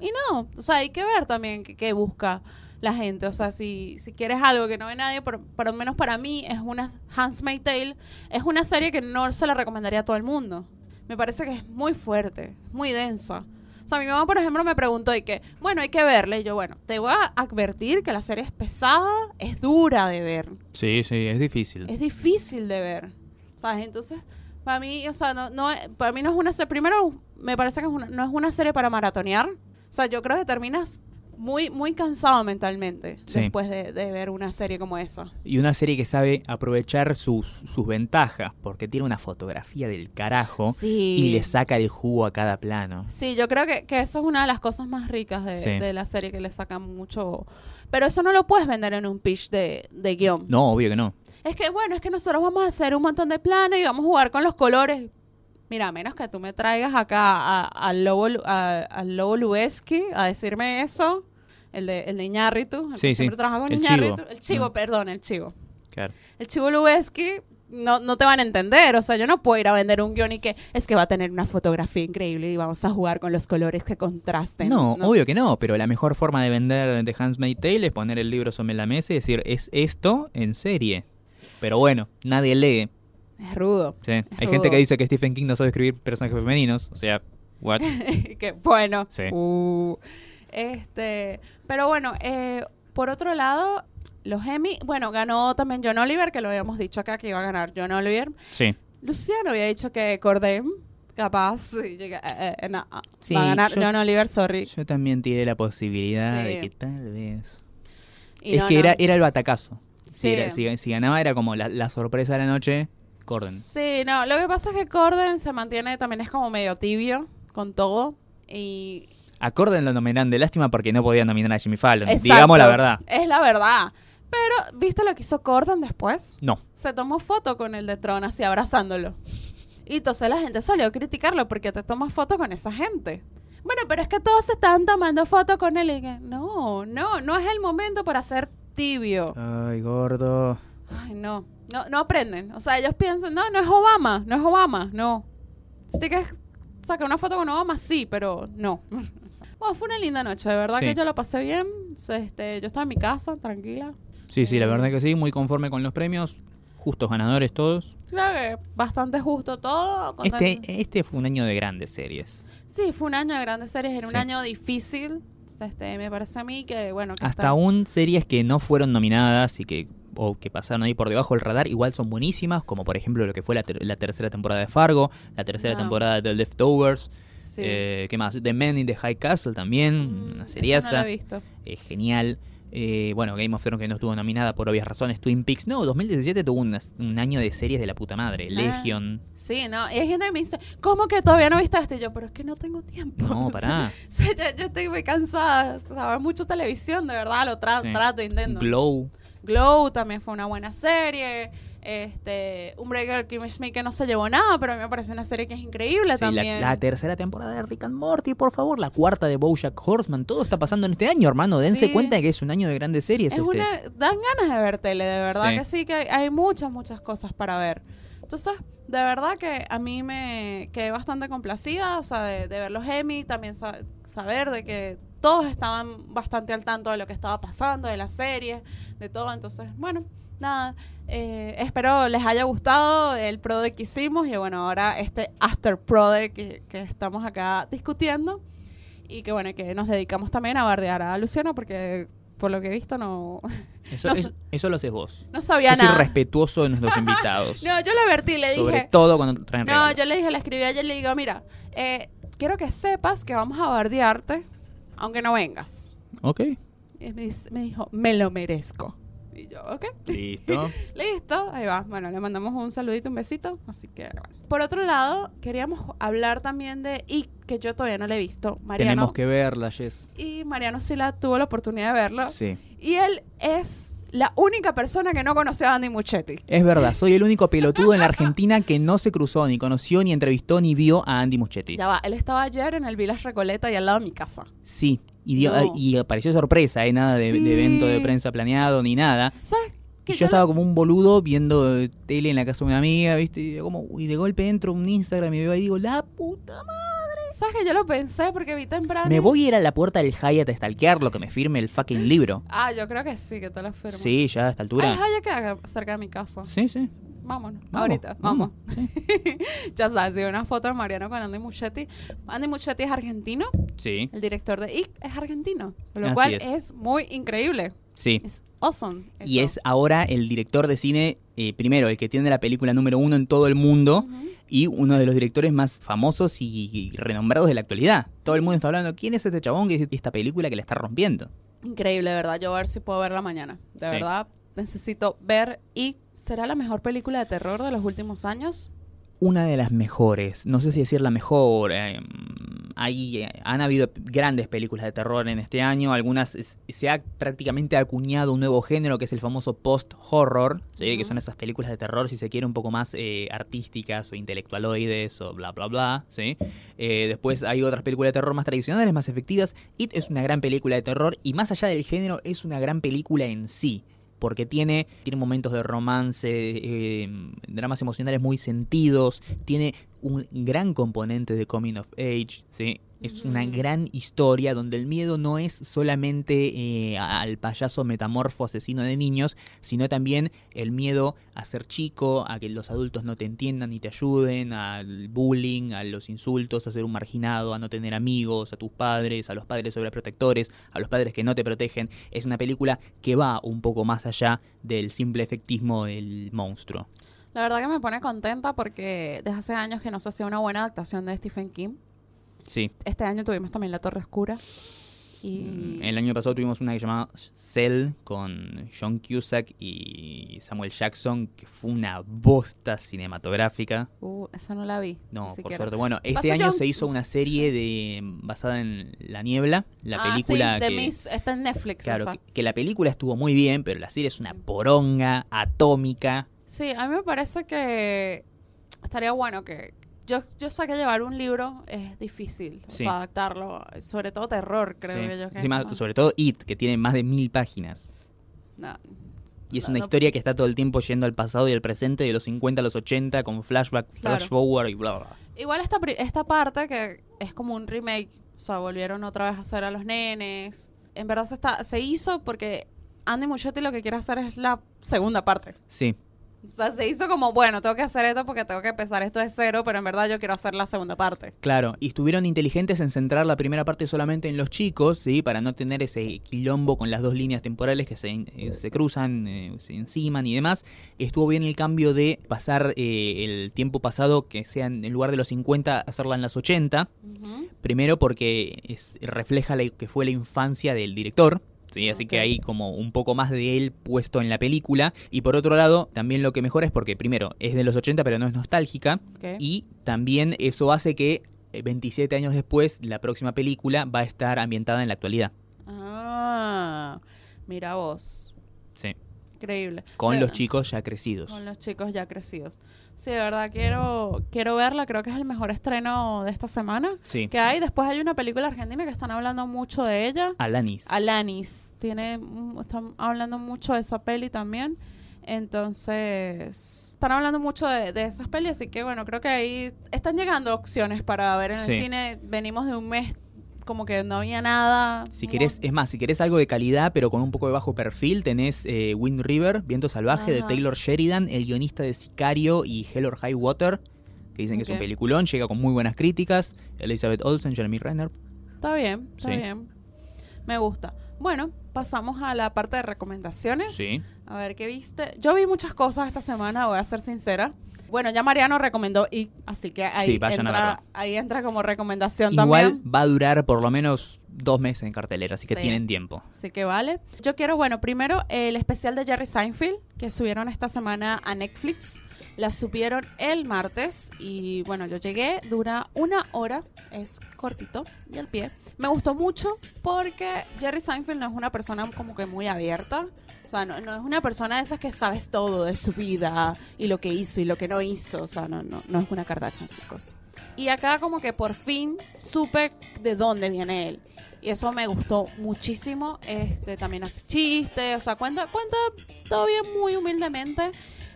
S2: y no, o sea, hay que ver también qué qué busca la gente, o sea, si, si quieres algo que no ve nadie, por, por lo menos para mí es una, Handmaid's Tale, es una serie que no se la recomendaría a todo el mundo. Me parece que es muy fuerte, muy densa. O sea, mi mamá, por ejemplo, me preguntó y que, bueno, hay que verla. Y yo, bueno, te voy a advertir que la serie es pesada, es dura de ver,
S1: Sí, sí, es difícil.
S2: es difícil de ver. ¿Sabes? Entonces, para mí, o sea, no, no, para mí no es una serie. Primero, me parece que es una- no es una serie para maratonear. O sea, yo creo que terminas muy, muy cansado mentalmente
S1: Sí.
S2: después de, de ver una serie como esa.
S1: Y una serie que sabe aprovechar sus, sus ventajas, porque tiene una fotografía del carajo
S2: Sí.
S1: Oh, y le saca el jugo a cada plano.
S2: Sí, yo creo que, que eso es una de las cosas más ricas de,
S1: Sí.
S2: de la serie que le sacan mucho. Pero eso no lo puedes vender en un pitch de, de guión.
S1: No, obvio que no.
S2: Es que, bueno, es que nosotros vamos a hacer un montón de planes y vamos a jugar con los colores. Mira, a menos que tú me traigas acá a- al Lobo, Lu- a- al Lobo Lubeski a decirme eso, el de, el de Iñárritu, el que
S1: Sí, sí.
S2: siempre trabaja con
S1: El
S2: Iñárritu.
S1: chivo.
S2: El chivo,
S1: Mm.
S2: perdón, el chivo.
S1: Claro.
S2: El chivo Lubeski no, no te van a entender. O sea, yo no puedo ir a vender un guión y que es que va a tener una fotografía increíble y vamos a jugar con los colores que contrasten.
S1: No, obvio que no, pero la mejor forma de vender The Handmaid's Tale es poner el libro sobre la mesa y decir, es esto en serie. Pero bueno, nadie lee.
S2: Es rudo.
S1: sí. Hay
S2: Rudo.
S1: gente que dice que Stephen King no sabe escribir personajes femeninos. O sea,
S2: *laughs*
S1: what?
S2: que bueno.
S1: Sí.
S2: Uh, este, pero bueno, eh, por otro lado, los Emmy, bueno, ganó también John Oliver, que lo habíamos dicho acá que iba a ganar John Oliver.
S1: Sí.
S2: Luciano había dicho que Cordem, capaz, sí, llega- eh, eh, no, ah,
S1: Sí,
S2: va a ganar
S1: yo-
S2: John Oliver, sorry.
S1: Yo también tiré la posibilidad
S2: Sí.
S1: de que tal vez.
S2: Y
S1: es
S2: no,
S1: que
S2: no.
S1: Era, era el batacazo.
S2: Sí.
S1: Si, era- si- si ganaba era como la, la sorpresa de la noche, Corden.
S2: Sí, no, lo que pasa es que Corden se mantiene, también es como medio tibio con todo. Y
S1: A Corden lo nominaron de lástima porque no podían nominar a Jimmy Fallon.
S2: Exacto.
S1: Digamos la verdad.
S2: es la verdad. Pero, ¿viste lo que hizo Corden después?
S1: No.
S2: Se tomó foto con el de Tron así abrazándolo. Y entonces la gente salió a criticarlo porque te tomas foto con esa gente. Bueno, pero es que todos se están tomando foto con él y dije, no, no, no es el momento para ser tibio.
S1: Ay, gordo.
S2: Ay, no. No, no aprenden. O sea, ellos piensan, no, no es Obama, no es Obama, no. Si te quieres sacar una foto con Obama, sí, pero no. *laughs* Bueno, fue una linda noche, de verdad
S1: Sí.
S2: que yo la pasé bien. Se- Este, yo estaba en mi casa, tranquila.
S1: Sí, sí, la verdad que sí. Muy conforme con los premios. Justos ganadores todos.
S2: Creo que bastante justo todo. con
S1: Este,
S2: tan-
S1: este fue un año de grandes series.
S2: Sí, fue un año de grandes series, era un
S1: Sí.
S2: año difícil. Este, me parece a mí que, bueno, que
S1: Hasta
S2: está-
S1: aún series que no fueron nominadas y que o que pasaron ahí por debajo del radar, igual son buenísimas, como por ejemplo lo que fue la, ter- la tercera temporada de Fargo, la tercera
S2: No.
S1: temporada de Leftovers,
S2: Sí.
S1: eh, ¿qué más? The Men in the High Castle también,
S2: Mm,
S1: una
S2: esa no la
S1: seriaza,
S2: he visto.
S1: eh, genial. Eh, bueno, Game of Thrones que no estuvo nominada por obvias razones, Twin Peaks, no, 2017 tuvo unas- un año de series de la puta madre,
S2: Ah. *laughs*
S1: Legion,
S2: Sí, no, y hay gente que me dice, ¿cómo que todavía no viste esto? Y yo, pero es que no tengo tiempo. *laughs*
S1: no,
S2: O sea,
S1: pará,
S2: O sea, ya- yo, estoy muy cansada. O sea, ver mucho televisión, de verdad, lo tra-
S1: Sí.
S2: trato, intento.
S1: Glow,
S2: Glow también fue una buena serie. Este, un Breaker Kimmy que no se llevó nada, pero a mí me parece una serie que es increíble
S1: sí, la,
S2: también.
S1: la tercera temporada de Rick and Morty, por favor, la cuarta de Bojack Horseman, todo está pasando en este año, hermano, dense
S2: Sí.
S1: cuenta que es un año de grandes series
S2: es
S1: este.
S2: una, dan ganas de ver tele, de verdad
S1: Sí.
S2: que sí, que hay, hay muchas, muchas cosas para ver. Entonces, de verdad que a mí me quedé bastante complacida, o sea, de, de ver los Emmy, también sa- saber de que todos estaban bastante al tanto de lo que estaba pasando, de las series, de todo. Entonces, bueno, nada, eh, espero les haya gustado el pro de que hicimos y bueno, ahora este after pro de que, que estamos acá discutiendo y que bueno, que nos dedicamos también a bardear a Luciano porque por lo que he visto no,
S1: Eso,
S2: No
S1: es-
S2: sé.
S1: eso lo haces vos.
S2: no sabía
S1: Yo soy
S2: nada.
S1: respetuoso de
S2: *laughs*
S1: nuestros invitados.
S2: No, yo le advertí, le
S1: sobre
S2: dije.
S1: todo cuando traen
S2: No,
S1: regalos.
S2: yo le dije, le escribí ayer, le digo, mira, eh, quiero que sepas que vamos a bardearte, aunque no vengas.
S1: Ok.
S2: Y me, dice- me dijo, me lo merezco. Y yo, ok, *laughs*
S1: Listo.
S2: listo, ahí va. Bueno, le mandamos un saludito, un besito, así que bueno. Por otro lado, queríamos hablar también de, y que yo todavía no le he visto, Mariano.
S1: Tenemos que verla, Jess.
S2: Y Mariano sí la tuvo la oportunidad de verlo.
S1: Sí.
S2: Y él es la única persona que no conoció a Andy Muchetti.
S1: Es verdad, soy el único pelotudo en la Argentina que no se cruzó, ni conoció, ni entrevistó, ni vio a Andy Muchetti.
S2: Ya va, él estaba ayer en el Village Recoleta y al lado de mi casa.
S1: Sí, y, dio-
S2: No.
S1: y apareció sorpresa, ¿eh? nada de, de
S2: Sí.
S1: evento de prensa planeado ni nada.
S2: ¿Sabes?
S1: Y
S2: Que
S1: yo
S2: yo
S1: estaba como un boludo viendo eh, tele en la casa de una amiga, ¿viste? Y, como, y de golpe entro a un Instagram y veo ahí y digo, la puta madre.
S2: lo, ¿Sabes que yo lo pensé porque vi temprano?
S1: Ah, Me voy a ir a la puerta del Hyatt a stalkearlo, que me firme el fucking libro.
S2: Ah, yo creo que sí, que te lo firmo.
S1: Sí, ya a esta
S2: Ay,
S1: altura.
S2: ya queda cerca de mi casa.
S1: Sí, sí.
S2: Vámonos,
S1: Vamos,
S2: ahorita, vamos.
S1: vamos,
S2: *laughs* ya sabes, sí, una foto de Mariano con Andy Muchetti. Andy Muchetti es argentino,
S1: Sí,
S2: el director de IC es argentino, lo
S1: Así
S2: cual es.
S1: es.
S2: muy increíble.
S1: sí.
S2: Es awesome.
S1: Y es
S2: eso.
S1: ahora el director de cine, eh, primero, el que tiene la película número uno en todo el mundo
S2: Ujú.
S1: y uno de los directores más famosos y, y renombrados de la actualidad. Todo el mundo está hablando, ¿quién es este chabón que hizo esta película que la está rompiendo?
S2: Increíble, de verdad. Yo a ver si puedo verla mañana. De
S1: Sí.
S2: verdad, necesito ver. ¿Y será la mejor película de terror de los últimos años?
S1: Una de las mejores, no sé si decir la mejor. eh, hay, eh, han habido grandes películas de terror en este año, algunas es- se ha prácticamente acuñado un nuevo género que es el famoso post-horror, ¿sí? que
S2: Ujú.
S1: son esas películas de terror, si se quiere, un poco más eh, artísticas o intelectualoides o bla, bla, bla. ¿sí? Eh, después hay otras películas de terror más tradicionales, más efectivas. It es una gran película de terror y más allá del género es una gran película en sí. porque tiene, tiene momentos de romance, eh, dramas emocionales muy sentidos, tiene un gran componente de Coming of Age, ¿sí? Es una
S2: Ujú.
S1: gran historia donde el miedo no es solamente eh, al payaso metamorfo asesino de niños, sino también el miedo a ser chico, a que los adultos no te entiendan ni te ayuden, al bullying, a los insultos, a ser un marginado, a no tener amigos, a tus padres, a los padres sobreprotectores, a los padres que no te protegen. Es una película que va un poco más allá del simple efectismo del monstruo.
S2: La verdad que me pone contenta porque desde hace años que no se hacía una buena adaptación de Stephen King.
S1: Sí.
S2: Este año tuvimos también La Torre Oscura. Y
S1: Mm, El año pasado tuvimos una que llamaba Cell con John Cusack y Samuel Jackson, que fue una bosta cinematográfica.
S2: Uh, esa no la vi.
S1: No,
S2: ni
S1: por
S2: siquiera.
S1: suerte. Bueno, este
S2: Pasó
S1: año
S2: John-
S1: se hizo una serie de basada en La Niebla, la
S2: Ah,
S1: película
S2: sí, The
S1: que,
S2: Mist, está en Netflix.
S1: claro,
S2: esa.
S1: que, que la película estuvo muy bien, pero la serie es una poronga atómica.
S2: Sí, a mí me parece que estaría bueno que... Yo, yo sé que llevar un libro es difícil, o
S1: Sí.
S2: sea, adaptarlo, sobre todo terror, creo
S1: Sí.
S2: que yo. Que
S1: Encima,
S2: no,
S1: sobre todo It, que tiene más de mil páginas.
S2: no.
S1: Y es
S2: No,
S1: una
S2: no-
S1: historia que está todo el tiempo yendo al pasado y al presente, de los 50 a los 80, con flashback,
S2: Claro.
S1: flash forward y bla, bla.
S2: Igual esta, pri- esta parte que es como un remake, o sea, volvieron otra vez a hacer a los nenes. En verdad se, está, se hizo porque Andy Muschietti lo que quiere hacer es la segunda parte.
S1: Sí,
S2: O sea, se hizo como, bueno, tengo que hacer esto porque tengo que empezar esto de cero, pero en verdad yo quiero hacer la segunda parte.
S1: Claro, y estuvieron inteligentes en centrar la primera parte solamente en los chicos, ¿sí? Para no tener ese quilombo con las dos líneas temporales que se, eh, se cruzan, eh, se enciman y demás. Estuvo bien el cambio de pasar eh, el tiempo pasado, que sea en el lugar de los 50, hacerla en las 80.
S2: Ujú.
S1: Primero porque es- refleja la que fue la infancia del director. Sí, así que
S2: Ok.
S1: hay como un poco más de él puesto en la película. Y por otro lado, también lo que mejora es porque, primero, es de los 80, pero no es nostálgica.
S2: Ok.
S1: Y también eso hace que eh, 27 años después la próxima película va a estar ambientada en la actualidad.
S2: Ah, mira vos.
S1: Sí.
S2: Increíble.
S1: Con
S2: Pero-
S1: los chicos ya crecidos.
S2: Con los chicos ya crecidos. Sí, de verdad, quiero, quiero verla. Creo que es el mejor estreno de esta semana
S1: Sí.
S2: que hay. Después hay una película argentina que están hablando mucho de ella.
S1: Alanis.
S2: Alanis. Tiene, mm, están hablando mucho de esa peli también. Entonces, están hablando mucho de, de esas pelis, así que bueno, creo que ahí están llegando opciones para ver en
S1: Sí.
S2: el cine. Venimos de un mes como que no había nada.
S1: Si
S2: mu-
S1: querés, es más, si querés algo de calidad, pero con un poco de bajo perfil, tenés eh, Wind River, Viento Salvaje, de
S2: Ajá.
S1: Taylor Sheridan, el guionista de Sicario y Hell or High Water, que dicen que es un
S2: Ok.
S1: peliculón, llega con muy buenas críticas. Elizabeth Olsen, Jeremy Renner.
S2: Está bien, está
S1: Sí.
S2: bien. Me gusta. Bueno, pasamos a la parte de recomendaciones. A ver, ¿qué viste? Yo vi muchas cosas esta semana, voy a ser sincera. Bueno, ya Mariano recomendó y así que ahí,
S1: Sí, vayan a
S2: entra,
S1: verla.
S2: ahí entra como recomendación
S1: Igual
S2: también.
S1: va a durar por lo menos dos meses en cartelera, así que
S2: Sí.
S1: tienen tiempo.
S2: Así que vale. Yo quiero, bueno, primero el especial de Jerry Seinfeld que subieron esta semana a Netflix. La subieron el martes y bueno, yo llegué, dura una hora, es cortito y al pie. Me gustó mucho porque Jerry Seinfeld no es una persona como que muy abierta. O sea, no, no es una persona de esas que sabes todo de su vida y lo que hizo y lo que no hizo. O sea, no, no, no es una Kardashian, chicos. Y acá como que por fin supe de dónde viene él. Y eso me gustó muchísimo. Este también hace chistes, o sea, cuenta, cuenta todo bien muy humildemente.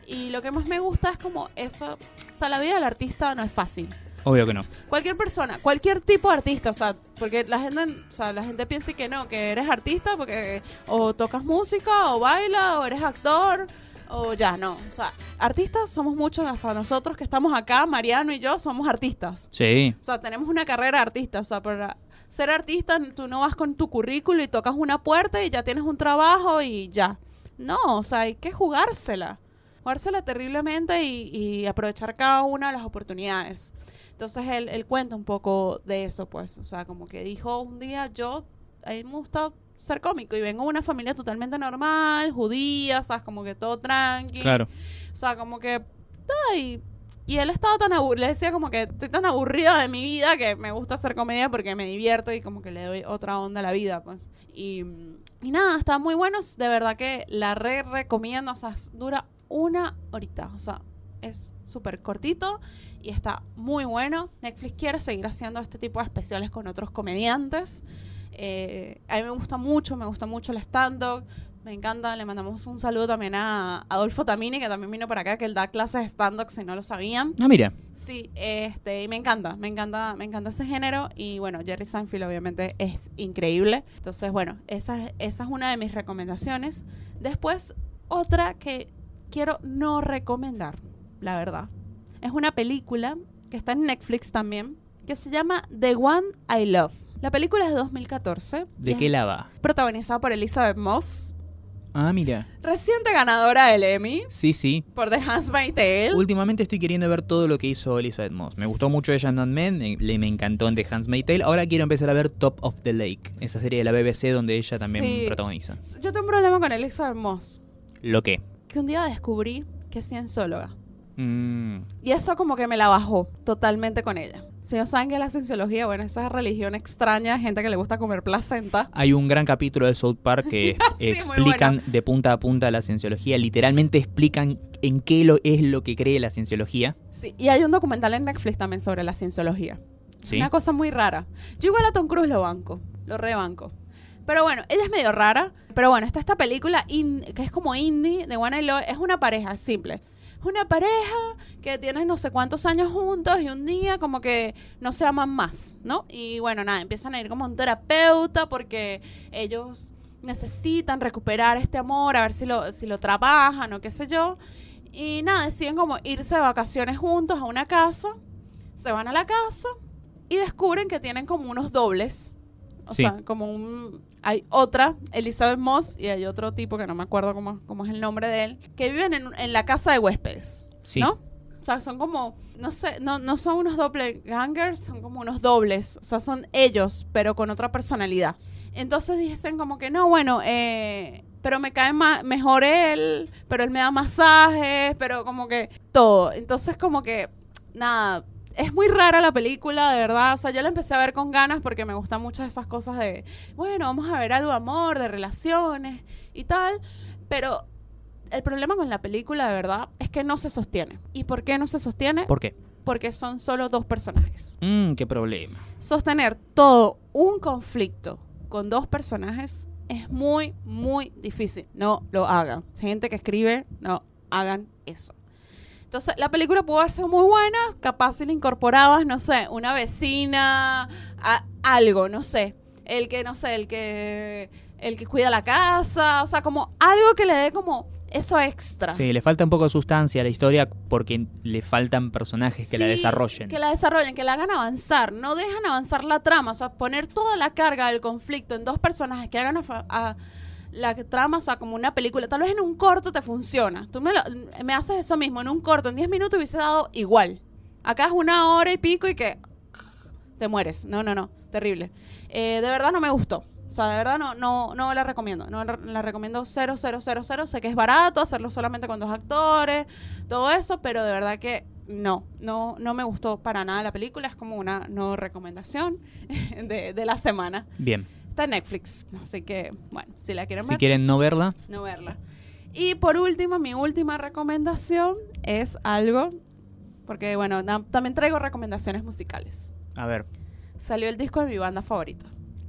S2: Y lo que más me gusta es como eso. O sea, la vida del artista no es fácil.
S1: Obvio que no.
S2: Cualquier persona, cualquier tipo de artista, o sea, porque la gente, o sea, la gente piensa que no, que eres artista porque o tocas música, o bailas, o eres actor, o ya, no. O sea, artistas somos muchos, hasta nosotros que estamos acá, Mariano y yo, somos artistas.
S1: Sí.
S2: O sea, tenemos una carrera de artista. O sea, para ser artista tú no vas con tu currículo y tocas una puerta y ya tienes un trabajo y ya. No, o sea, hay que jugársela. Jugársela terriblemente y, y aprovechar cada una de las oportunidades. Entonces él, él cuenta un poco de eso, pues. O sea, como que dijo un día, yo, a mí me gusta ser cómico y vengo de una familia totalmente normal, judía, ¿sabes? Como que todo tranqui. O sea, como que. Ay. Y él estaba tan aburrido. Le decía como que estoy tan aburrido de mi vida que me gusta hacer comedia porque me divierto y como que le doy otra onda a la vida, pues. Y, y nada, está muy bueno. De verdad que la re recomiendo. O sea, es- dura una horita. O sea, es súper cortito y está muy bueno. Netflix quiere seguir haciendo este tipo de especiales con otros comediantes. Eh, a mí me gusta mucho, me gusta mucho el stand-up. Me encanta, le mandamos un saludo también a Adolfo Tamini, que también vino para acá, que él da clases de stand-up, si no lo sabían.
S1: Ah, mira.
S2: Sí, este, y me encanta, me encanta, me encanta ese género. Y bueno, Jerry Seinfeld obviamente es increíble. Entonces, bueno, esa, es- esa es una de mis recomendaciones. Después, otra que quiero no recomendar, la verdad. Es una película que está en Netflix también, que se llama The One I Love. La película es de 2014. y
S1: ¿De
S2: es
S1: qué la va?
S2: Protagonizada por Elizabeth Moss,
S1: Ah, mira.
S2: reciente ganadora del Emmy
S1: Sí, sí.
S2: por The Handmaid's Tale.
S1: Últimamente estoy queriendo ver todo lo que hizo Elizabeth Moss. Me gustó mucho ella en Mad Men, me, eh, le- me encantó en The Handmaid's Tale. Ahora quiero empezar a ver Top of the Lake, esa serie de la BBC donde ella también
S2: Sí.
S1: protagoniza.
S2: Yo tengo un problema con Elizabeth Moss.
S1: ¿Lo qué?
S2: que un día descubrí que es ciencióloga.
S1: Mm,
S2: Y eso como que me la bajó totalmente con ella. Si no saben que es la cienciología, bueno, esa religión extraña de gente que le gusta comer placenta.
S1: Hay un gran capítulo de South Park que
S2: *laughs* Sí, muy
S1: explican de punta a punta la cienciología. Literalmente explican en qué lo, es lo que cree la cienciología.
S2: Sí, y hay un documental en Netflix también sobre la cienciología.
S1: ¿sí?
S2: Una cosa muy rara. Yo igual a Tom Cruise lo banco, lo rebanco. Pero bueno, ella es medio rara. Pero bueno, está esta película in- que es como indie de One I Love. Es una pareja, simple. Es una pareja que tienen no sé cuántos años juntos y un día como que no se aman más, ¿no? Y bueno, nada, empiezan a ir como a un terapeuta porque ellos necesitan recuperar este amor, a ver si lo, si lo trabajan o qué sé yo. Y nada, deciden como irse de vacaciones juntos a una casa. Se van a la casa y descubren que tienen como unos dobles. O
S1: Sí.
S2: sea, como un... Hay otra, Elizabeth Moss, y hay otro tipo que no me acuerdo cómo, cómo es el nombre de él, que viven en, en la casa de huéspedes,
S1: Sí.
S2: ¿no? O sea, son como, no sé, no, no son unos doppelgangers, son como unos dobles. O sea, son ellos, pero con otra personalidad. Entonces dicen como que no, bueno, eh, pero me cae ma- mejor él, pero él me da masajes, pero como que todo. Entonces como que, nada, es muy rara la película, de verdad. O sea, yo la empecé a ver con ganas porque me gustan muchas esas cosas de, bueno, vamos a ver algo de amor, de relaciones y tal. Pero el problema con la película, de verdad, es que no se sostiene. ¿Y por qué no se sostiene?
S1: ¿Por qué?
S2: Porque son solo dos personajes
S1: Mm, qué problema.
S2: sostener todo un conflicto con dos personajes es muy, muy difícil. No lo hagan. Gente que escribe, no hagan eso. Entonces, la película pudo haber sido muy buena. Capaz si le incorporabas, no sé, una vecina, a- algo, no sé. El que, no sé, el que, el que cuida la casa. O sea, como algo que le dé como eso extra.
S1: Sí, le falta un poco de sustancia a la historia porque le faltan personajes que la
S2: Sí,
S1: desarrollen.
S2: Que la desarrollen, que la hagan avanzar. No dejan avanzar la trama. O sea, poner toda la carga del conflicto en dos personajes que hagan afa- a- la trama, o sea, como una película. Tal vez en un corto te funciona. Tú me, lo- me haces eso mismo. En un corto, en 10 minutos hubiese dado igual. Acá es una hora y pico y que te mueres. No, no, no. Terrible. Eh, de verdad no me gustó. O sea, de verdad no, no, no la recomiendo. No la la recomiendo cero, cero, cero, cero. Sé que es barato hacerlo solamente con dos actores, todo eso, pero de verdad que no, no, no me gustó para nada la película. Es como una no recomendación *laughs* de, de la semana.
S1: Bien,
S2: Está en Netflix, así que bueno, si la quieren
S1: si
S2: ver,
S1: quieren no verla,
S2: no verla. Y por último, mi última recomendación es algo, porque bueno, na- también traigo recomendaciones musicales.
S1: a ver,
S2: Salió el disco de mi banda favorita.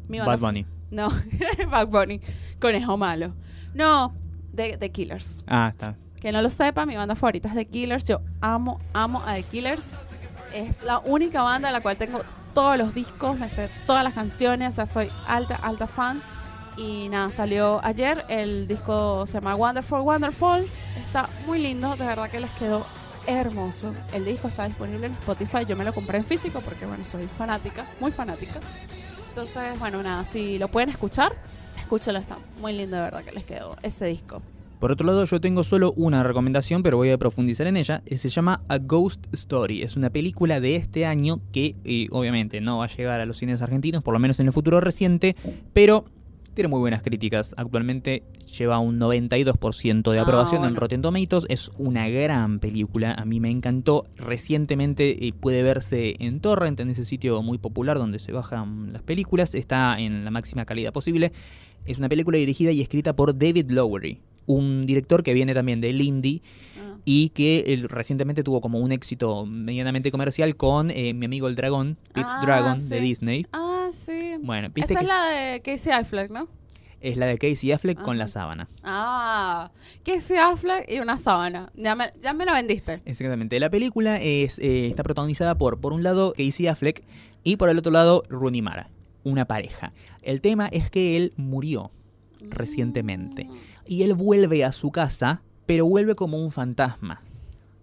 S2: Mi banda
S1: Bad Bunny.
S2: no, *laughs* Bad Bunny, conejo malo. No, The, The Killers.
S1: Ah, está.
S2: Que no lo sepa, mi banda favorita es The Killers. Yo amo, amo a The Killers. Es la única banda de la cual tengo todos los discos, me sé todas las canciones, o sea, soy alta, alta fan. Y nada, salió ayer, el disco se llama Wonderful, Wonderful. Está muy lindo, de verdad que les quedó hermoso. El disco está disponible en Spotify, yo me lo compré en físico porque, bueno, soy fanática, muy fanática. Entonces, bueno, nada, si lo pueden escuchar, escúchalo, está muy lindo, de verdad que les quedó ese disco.
S1: Por otro lado, yo tengo solo una recomendación, pero voy a profundizar en ella. Eh, Se llama A Ghost Story. Es una película de este año que eh, obviamente no va a llegar a los cines argentinos, por lo menos en el futuro reciente, pero tiene muy buenas críticas. Actualmente lleva un 92% de
S2: Ah,
S1: aprobación en
S2: bueno.
S1: Rotten Tomatoes. Es una gran película, a mí me encantó. Recientemente eh, puede verse en Torrent, en ese sitio muy popular donde se bajan las películas. Está en la máxima calidad posible. Es una película dirigida y escrita por David Lowery, un director que viene también del indie
S2: Ah.
S1: y que eh, recientemente tuvo como un éxito medianamente comercial con eh, Mi amigo el dragón, Pete's
S2: Ah,
S1: Dragon
S2: sí.
S1: de Disney.
S2: Ah, sí.
S1: Bueno, viste
S2: Esa
S1: que
S2: es la de Casey Affleck, ¿no?
S1: es la de Casey Affleck con
S2: Ajá.
S1: la sábana.
S2: Ah, que se Affleck y una sábana. Ya me, ya me la vendiste.
S1: Exactamente. La película es, eh, está protagonizada por, por un lado, Casey Affleck y por el otro lado, Rooney Mara, una pareja. El tema es que él murió Recientemente.
S2: Mm.
S1: y él vuelve a su casa, pero vuelve como un fantasma,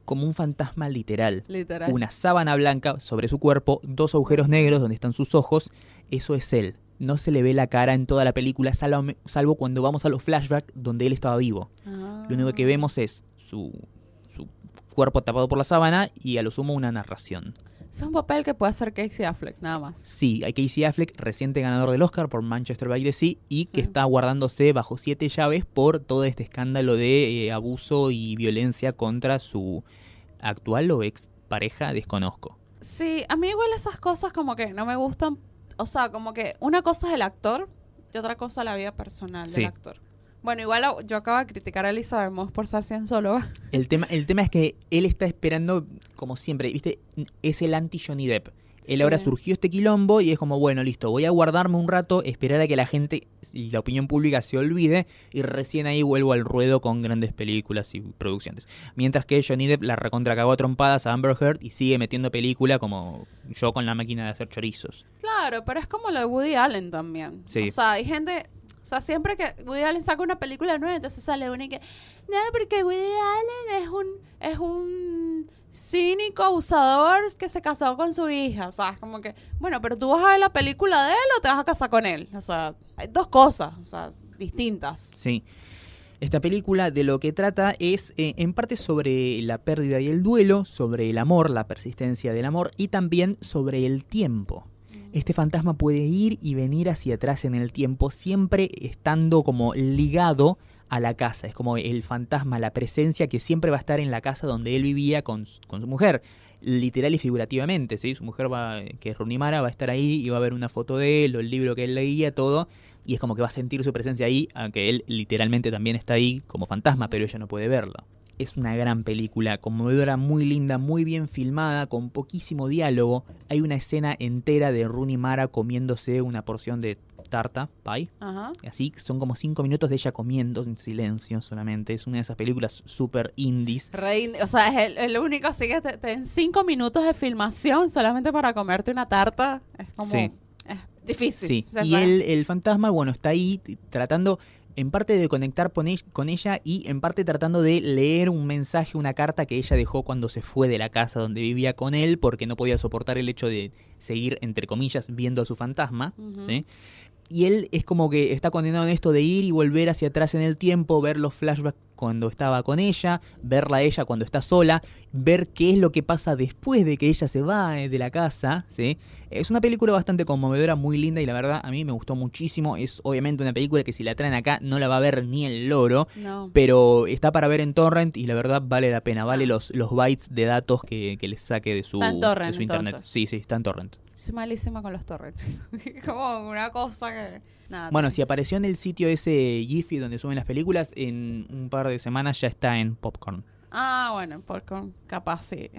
S1: como un fantasma literal.
S2: Literal.
S1: Una sábana blanca sobre su cuerpo, dos agujeros negros donde están sus ojos, eso es él. No se le ve la cara en toda la película, salvo, salvo cuando vamos a los flashbacks donde él estaba vivo.
S2: Ah.
S1: Lo único que vemos es su, su cuerpo tapado por la sábana y a lo sumo una narración.
S2: Es un papel que puede hacer Casey Affleck, nada más.
S1: Sí, hay Casey Affleck, reciente ganador del Oscar por Manchester by the Sea y
S2: Sí.
S1: que está guardándose bajo siete llaves por todo este escándalo de eh, abuso y violencia contra su actual o ex pareja, desconozco.
S2: Sí, a mí igual esas cosas como que no me gustan. O sea, como que una cosa es el actor y otra cosa la vida personal
S1: Sí.
S2: del actor. Bueno, igual a- yo acabo de criticar a Elizabeth Moss por ser cienzóloga.
S1: El tema, el tema es que él está esperando, como siempre, ¿viste? Es el anti-Johnny Depp. Él
S2: Sí.
S1: ahora surgió este quilombo y es como, bueno, listo, voy a guardarme un rato, esperar a que la gente y la opinión pública se olvide y recién ahí vuelvo al ruedo con grandes películas y producciones. Mientras que Johnny Depp la recontracagó a trompadas a Amber Heard y sigue metiendo película como yo con la máquina de hacer chorizos.
S2: Claro, pero es como lo de Woody Allen también.
S1: Sí.
S2: O sea, hay gente. O sea, siempre que Woody Allen saca una película nueva, entonces sale una y que. No, porque Woody Allen es un. Es un cínico abusador que se casó con su hija. O sea, es como que. Bueno, pero tú vas a ver la película de él o te vas a casar con él. O sea, hay dos cosas. O sea, distintas.
S1: Sí. Esta película de lo que trata es eh, en parte sobre la pérdida y el duelo, sobre el amor, la persistencia del amor y también sobre el tiempo. Este fantasma puede ir y venir hacia atrás en el tiempo, siempre estando como ligado a la casa. Es como el fantasma, la presencia que siempre va a estar en la casa donde él vivía con, s- con su mujer, literal y figurativamente. ¿sí? Su mujer, va, que es Runimara, va a estar ahí y va a ver una foto de él o el libro que él leía, todo. Y es como que va a sentir su presencia ahí, aunque él literalmente también está ahí como fantasma, pero ella no puede verlo. Es una gran película, conmovedora, muy linda, muy bien filmada, con poquísimo diálogo. Hay una escena entera de Rooney Mara comiéndose una porción de tarta, pie.
S2: Ajá.
S1: Así, son como cinco minutos de ella comiendo en silencio solamente. Es una de esas películas super indies.
S2: Rein- o sea, es el, el único así que te, te den cinco minutos de filmación solamente para comerte una tarta. Es como.
S1: Sí.
S2: Es difícil.
S1: Sí.
S2: O sea,
S1: Y el, el fantasma, bueno, está ahí t- tratando en parte de conectar con ell- con ella y en parte tratando de leer un mensaje, una carta que ella dejó cuando se fue de la casa donde vivía con él porque no podía soportar el hecho de seguir, entre comillas, viendo a su fantasma.
S2: Ujú.
S1: ¿sí? Y él es como que está condenado en esto de ir y volver hacia atrás en el tiempo, ver los flashbacks cuando estaba con ella, verla a ella cuando está sola, ver qué es lo que pasa después de que ella se va eh, de la casa, ¿sí? Es una película bastante conmovedora, muy linda y la verdad a mí me gustó muchísimo. Es obviamente una película que si la traen acá no la va a ver ni el loro,
S2: No.
S1: pero está para ver en Torrent y la verdad vale la pena, vale los, los bytes de datos que, que les saque de su,
S2: Ah. Está en Torrent,
S1: de su internet.
S2: entonces.
S1: Sí, sí, está en Torrent.
S2: Soy malísima con los torrents. *laughs* como una cosa que. Nada.
S1: Bueno, si apareció en el sitio ese Jiffy donde suben las películas, en un par de semanas ya está en Popcorn.
S2: Ah, bueno, porque capaz sí.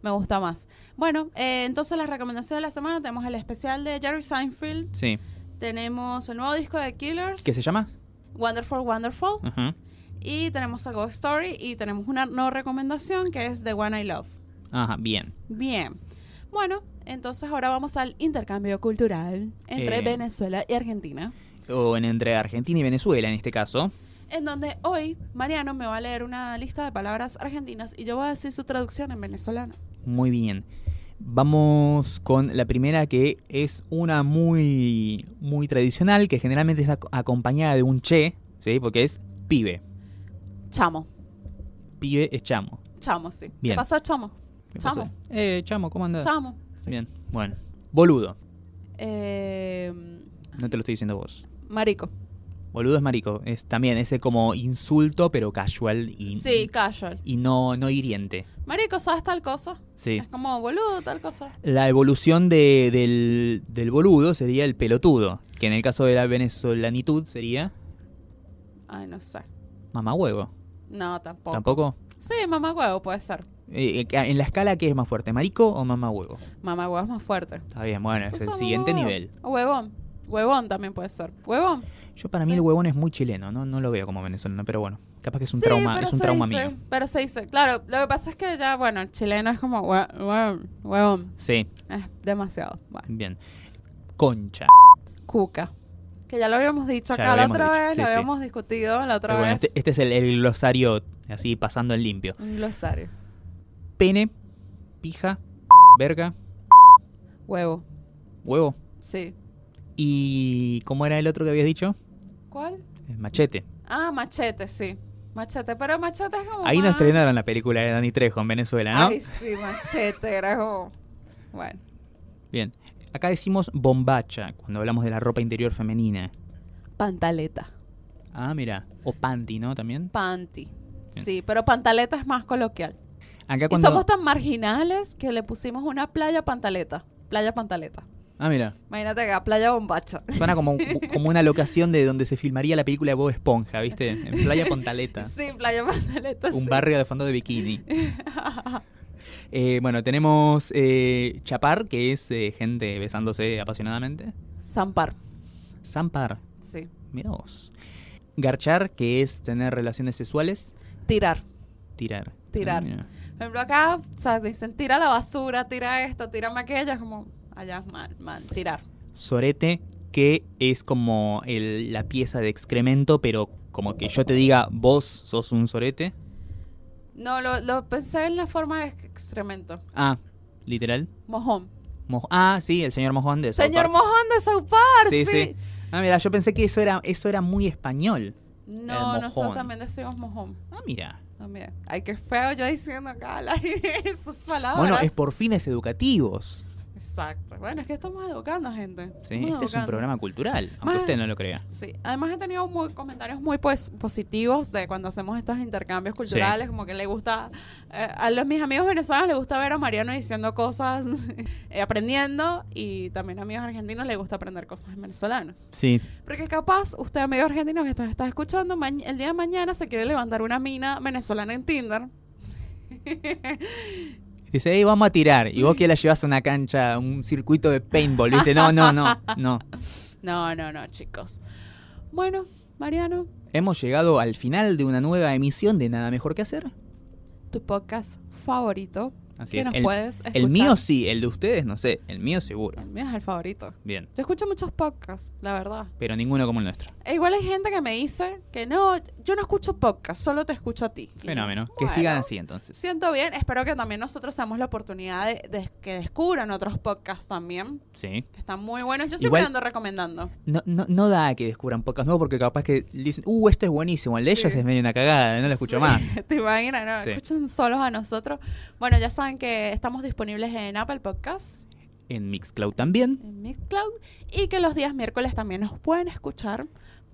S2: Me gusta más. Bueno, eh, entonces las recomendaciones de la semana tenemos el especial de Jerry Seinfeld,
S1: Sí.
S2: tenemos el nuevo disco de Killers,
S1: ¿Qué se llama?
S2: Wonderful Wonderful,
S1: Ajá.
S2: y tenemos a Ghost Story y tenemos una no recomendación que es The One I Love.
S1: Ajá, bien.
S2: Bien. Bueno, entonces ahora vamos al intercambio cultural entre
S1: Eh.
S2: Venezuela y Argentina,
S1: O en entre Argentina y Venezuela en este caso.
S2: en donde hoy Mariano me va a leer una lista de palabras argentinas y yo voy a decir su traducción en venezolano.
S1: Muy bien. Vamos con la primera que es una muy muy tradicional que generalmente está ac- acompañada de un che, ¿sí? Porque es pibe.
S2: Chamo.
S1: Pibe es chamo.
S2: Chamo, sí.
S1: Bien.
S2: ¿Qué pasó, chamo?
S1: ¿Qué pasó?
S2: Chamo.
S1: Eh, chamo, ¿cómo andás?
S2: Chamo. sí.
S1: Bien. Bueno, boludo.
S2: Eh,
S1: No te lo estoy diciendo vos.
S2: marico.
S1: Boludo es marico. Es también ese como insulto, pero casual y,
S2: Sí, casual.
S1: y no, no hiriente.
S2: Marico, ¿sabes tal cosa?
S1: Sí.
S2: Es como boludo, tal cosa.
S1: La evolución de- del, del boludo sería el pelotudo, que en el caso de la venezolanitud sería
S2: Ay, no sé.
S1: mamahuevo.
S2: No, tampoco.
S1: ¿Tampoco?
S2: Sí, mamá huevo puede ser.
S1: Eh, eh, en la escala, ¿qué es más fuerte, marico o mamahuevo?
S2: Mamá huevo es más fuerte.
S1: Está bien, bueno, es
S2: Pues
S1: el
S2: son
S1: siguiente
S2: huevos.
S1: nivel.
S2: O Huevón. Huevón también puede ser. Huevón.
S1: Yo para
S2: Sí.
S1: mí el huevón es muy chileno, no, no lo veo como venezolano, pero bueno, capaz que es un
S2: Sí,
S1: trauma,
S2: pero
S1: es un
S2: se
S1: trauma
S2: dice,
S1: mío.
S2: Pero se dice, claro, lo que pasa es que ya, bueno, el chileno es como hue- huevón, huevón,
S1: Sí,
S2: es demasiado. Bueno,
S1: bien. Concha.
S2: cuca. Que ya lo habíamos dicho
S1: Ya
S2: acá
S1: lo
S2: la
S1: habíamos
S2: otra
S1: dicho,
S2: vez,
S1: sí,
S2: lo
S1: sí.
S2: habíamos discutido la otra
S1: Pero bueno,
S2: vez.
S1: este, este es el, el glosario, así pasando en limpio.
S2: Un glosario.
S1: Pene, pija, verga,
S2: Huevo.
S1: huevo.
S2: Sí.
S1: ¿Y cómo era el otro que habías dicho?
S2: ¿Cuál?
S1: El machete.
S2: Ah, machete, sí. Machete, pero machete es como.
S1: Ahí no
S2: más-
S1: estrenaron la película de Dani Trejo en Venezuela, ¿no?
S2: Ah. Ay, sí, machete, era como. Bueno.
S1: Bien. Acá decimos bombacha cuando hablamos de la ropa interior femenina.
S2: Pantaleta.
S1: Ah, mira. O panty, ¿no? También.
S2: Panty.
S1: Bien.
S2: Sí, pero pantaleta es más coloquial.
S1: Acá
S2: Y
S1: cuando.
S2: somos tan marginales que le pusimos una playa pantaleta. Playa pantaleta.
S1: Ah, mira.
S2: Imagínate acá, playa bombacha.
S1: Suena como, como una locación de donde se filmaría la película de Bob Esponja, ¿viste? En Playa Pontaleta.
S2: Sí, playa *laughs* pantaleta.
S1: Un
S2: sí.
S1: barrio de fondo de
S2: *laughs*
S1: bikini. Eh, bueno, tenemos eh, chapar, que es eh, gente besándose apasionadamente.
S2: Zampar.
S1: Zampar,
S2: Sí.
S1: mira vos. Garchar, que es tener relaciones sexuales.
S2: Tirar.
S1: Tirar.
S2: Tirar.
S1: Ah, mira.
S2: Por ejemplo, acá, o sea, dicen tira la basura, tira esto, tírame aquello. Es como, allá, mal, mal, tirar.
S1: Sorete, que es como el- la pieza de excremento, pero como que yo te diga, vos sos un sorete.
S2: No, lo, lo pensé en la forma de excremento.
S1: Ah, literal.
S2: Mojón.
S1: Moj- ah, sí, el señor mojón de South
S2: Señor
S1: Park.
S2: mojón de Saupar.
S1: Sí, sí. Ah, mira, yo pensé que eso era, eso era muy español.
S2: No,
S1: El
S2: nosotros
S1: mojón.
S2: también decimos mojón.
S1: Ah, mira.
S2: También. Ay, qué feo yo diciendo acá *laughs* al aire esas palabras.
S1: Bueno, es por fines educativos.
S2: Exacto. Bueno, es que estamos educando, gente.
S1: Sí, este
S2: Estamos
S1: es un
S2: educando.
S1: programa cultural, aunque
S2: Más-
S1: usted no lo crea.
S2: Sí, además he tenido muy, comentarios muy pues, positivos de cuando hacemos estos intercambios culturales, como que le gusta, eh, a los, mis amigos venezolanos les gusta ver a Mariano diciendo cosas, *laughs* eh, aprendiendo, y también a amigos argentinos les gusta aprender cosas en venezolanos.
S1: Sí.
S2: Porque capaz usted, amigo argentino que está, está escuchando, ma- el día de mañana se quiere levantar una mina venezolana en Tinder.
S1: Dice, hey, vamos a tirar. Y vos que la llevas a una cancha, un circuito de paintball. Dice, no, no, no, no.
S2: No, no, no, chicos. Bueno, Mariano,
S1: Hemos llegado al final de una nueva emisión de Nada Mejor que Hacer.
S2: tu podcast favorito.
S1: Así
S2: que
S1: es.
S2: nos
S1: El,
S2: puedes escuchar.
S1: el mío sí, el de ustedes no sé. El mío seguro.
S2: El mío es el favorito.
S1: Bien.
S2: Yo escucho muchos podcasts, la verdad.
S1: Pero ninguno como el nuestro.
S2: E igual hay gente que me dice que no, yo no escucho podcasts, solo te escucho a ti. Y yo,
S1: Fenómeno. Que
S2: bueno,
S1: sigan así entonces.
S2: Siento bien, espero que también nosotros seamos la oportunidad de, de que descubran otros podcasts también,
S1: Sí.
S2: que están muy buenos. Yo siempre
S1: Igual-
S2: ando recomendando.
S1: No, no, no da que descubran pocas nuevas porque capaz que dicen, uh, este es buenísimo. El de
S2: Sí.
S1: ellas es medio una cagada, no lo escucho
S2: Sí, *laughs*
S1: más.
S2: ¿Te imaginas? No,
S1: Sí.
S2: escuchan solos a nosotros. Bueno, ya saben que estamos disponibles en Apple Podcasts,
S1: En Mixcloud también.
S2: en Mixcloud, y que los días miércoles también nos pueden escuchar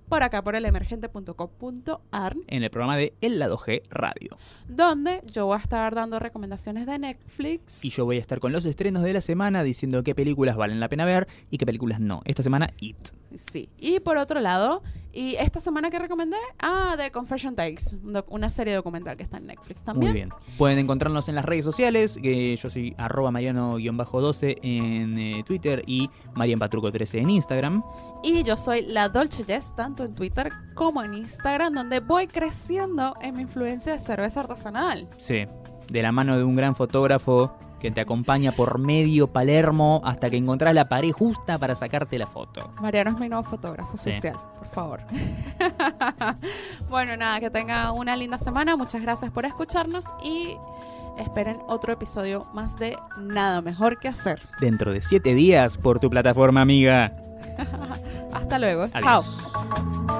S2: por acá por el emergente.com.ar
S1: en el programa de El Lado G Radio.
S2: donde yo voy a estar dando recomendaciones de Netflix.
S1: Y yo voy a estar con los estrenos de la semana diciendo qué películas valen la pena ver y qué películas no. Esta semana, It.
S2: Sí. Y por otro lado, y esta semana que recomendé, ah, de Confession Takes, un doc- una serie documental que está en Netflix también.
S1: Muy bien. Pueden encontrarnos en las redes sociales. que yo soy arroba mariano-12 en eh, Twitter y marianpatruco13 en Instagram.
S2: Y yo soy la Dolce Jess, tanto en Twitter como en Instagram, donde voy creciendo en mi influencia de cerveza artesanal.
S1: Sí. De la mano de un gran fotógrafo que te acompaña por medio Palermo hasta que encontrás la pared justa para sacarte la foto.
S2: Mariano es mi nuevo fotógrafo
S1: Sí.
S2: social, por favor. *laughs* bueno, nada, que tenga una linda semana. Muchas gracias por escucharnos y esperen otro episodio más de Nada Mejor que Hacer.
S1: Dentro de siete días por tu plataforma amiga.
S2: Hasta luego. Chao.
S1: Adiós.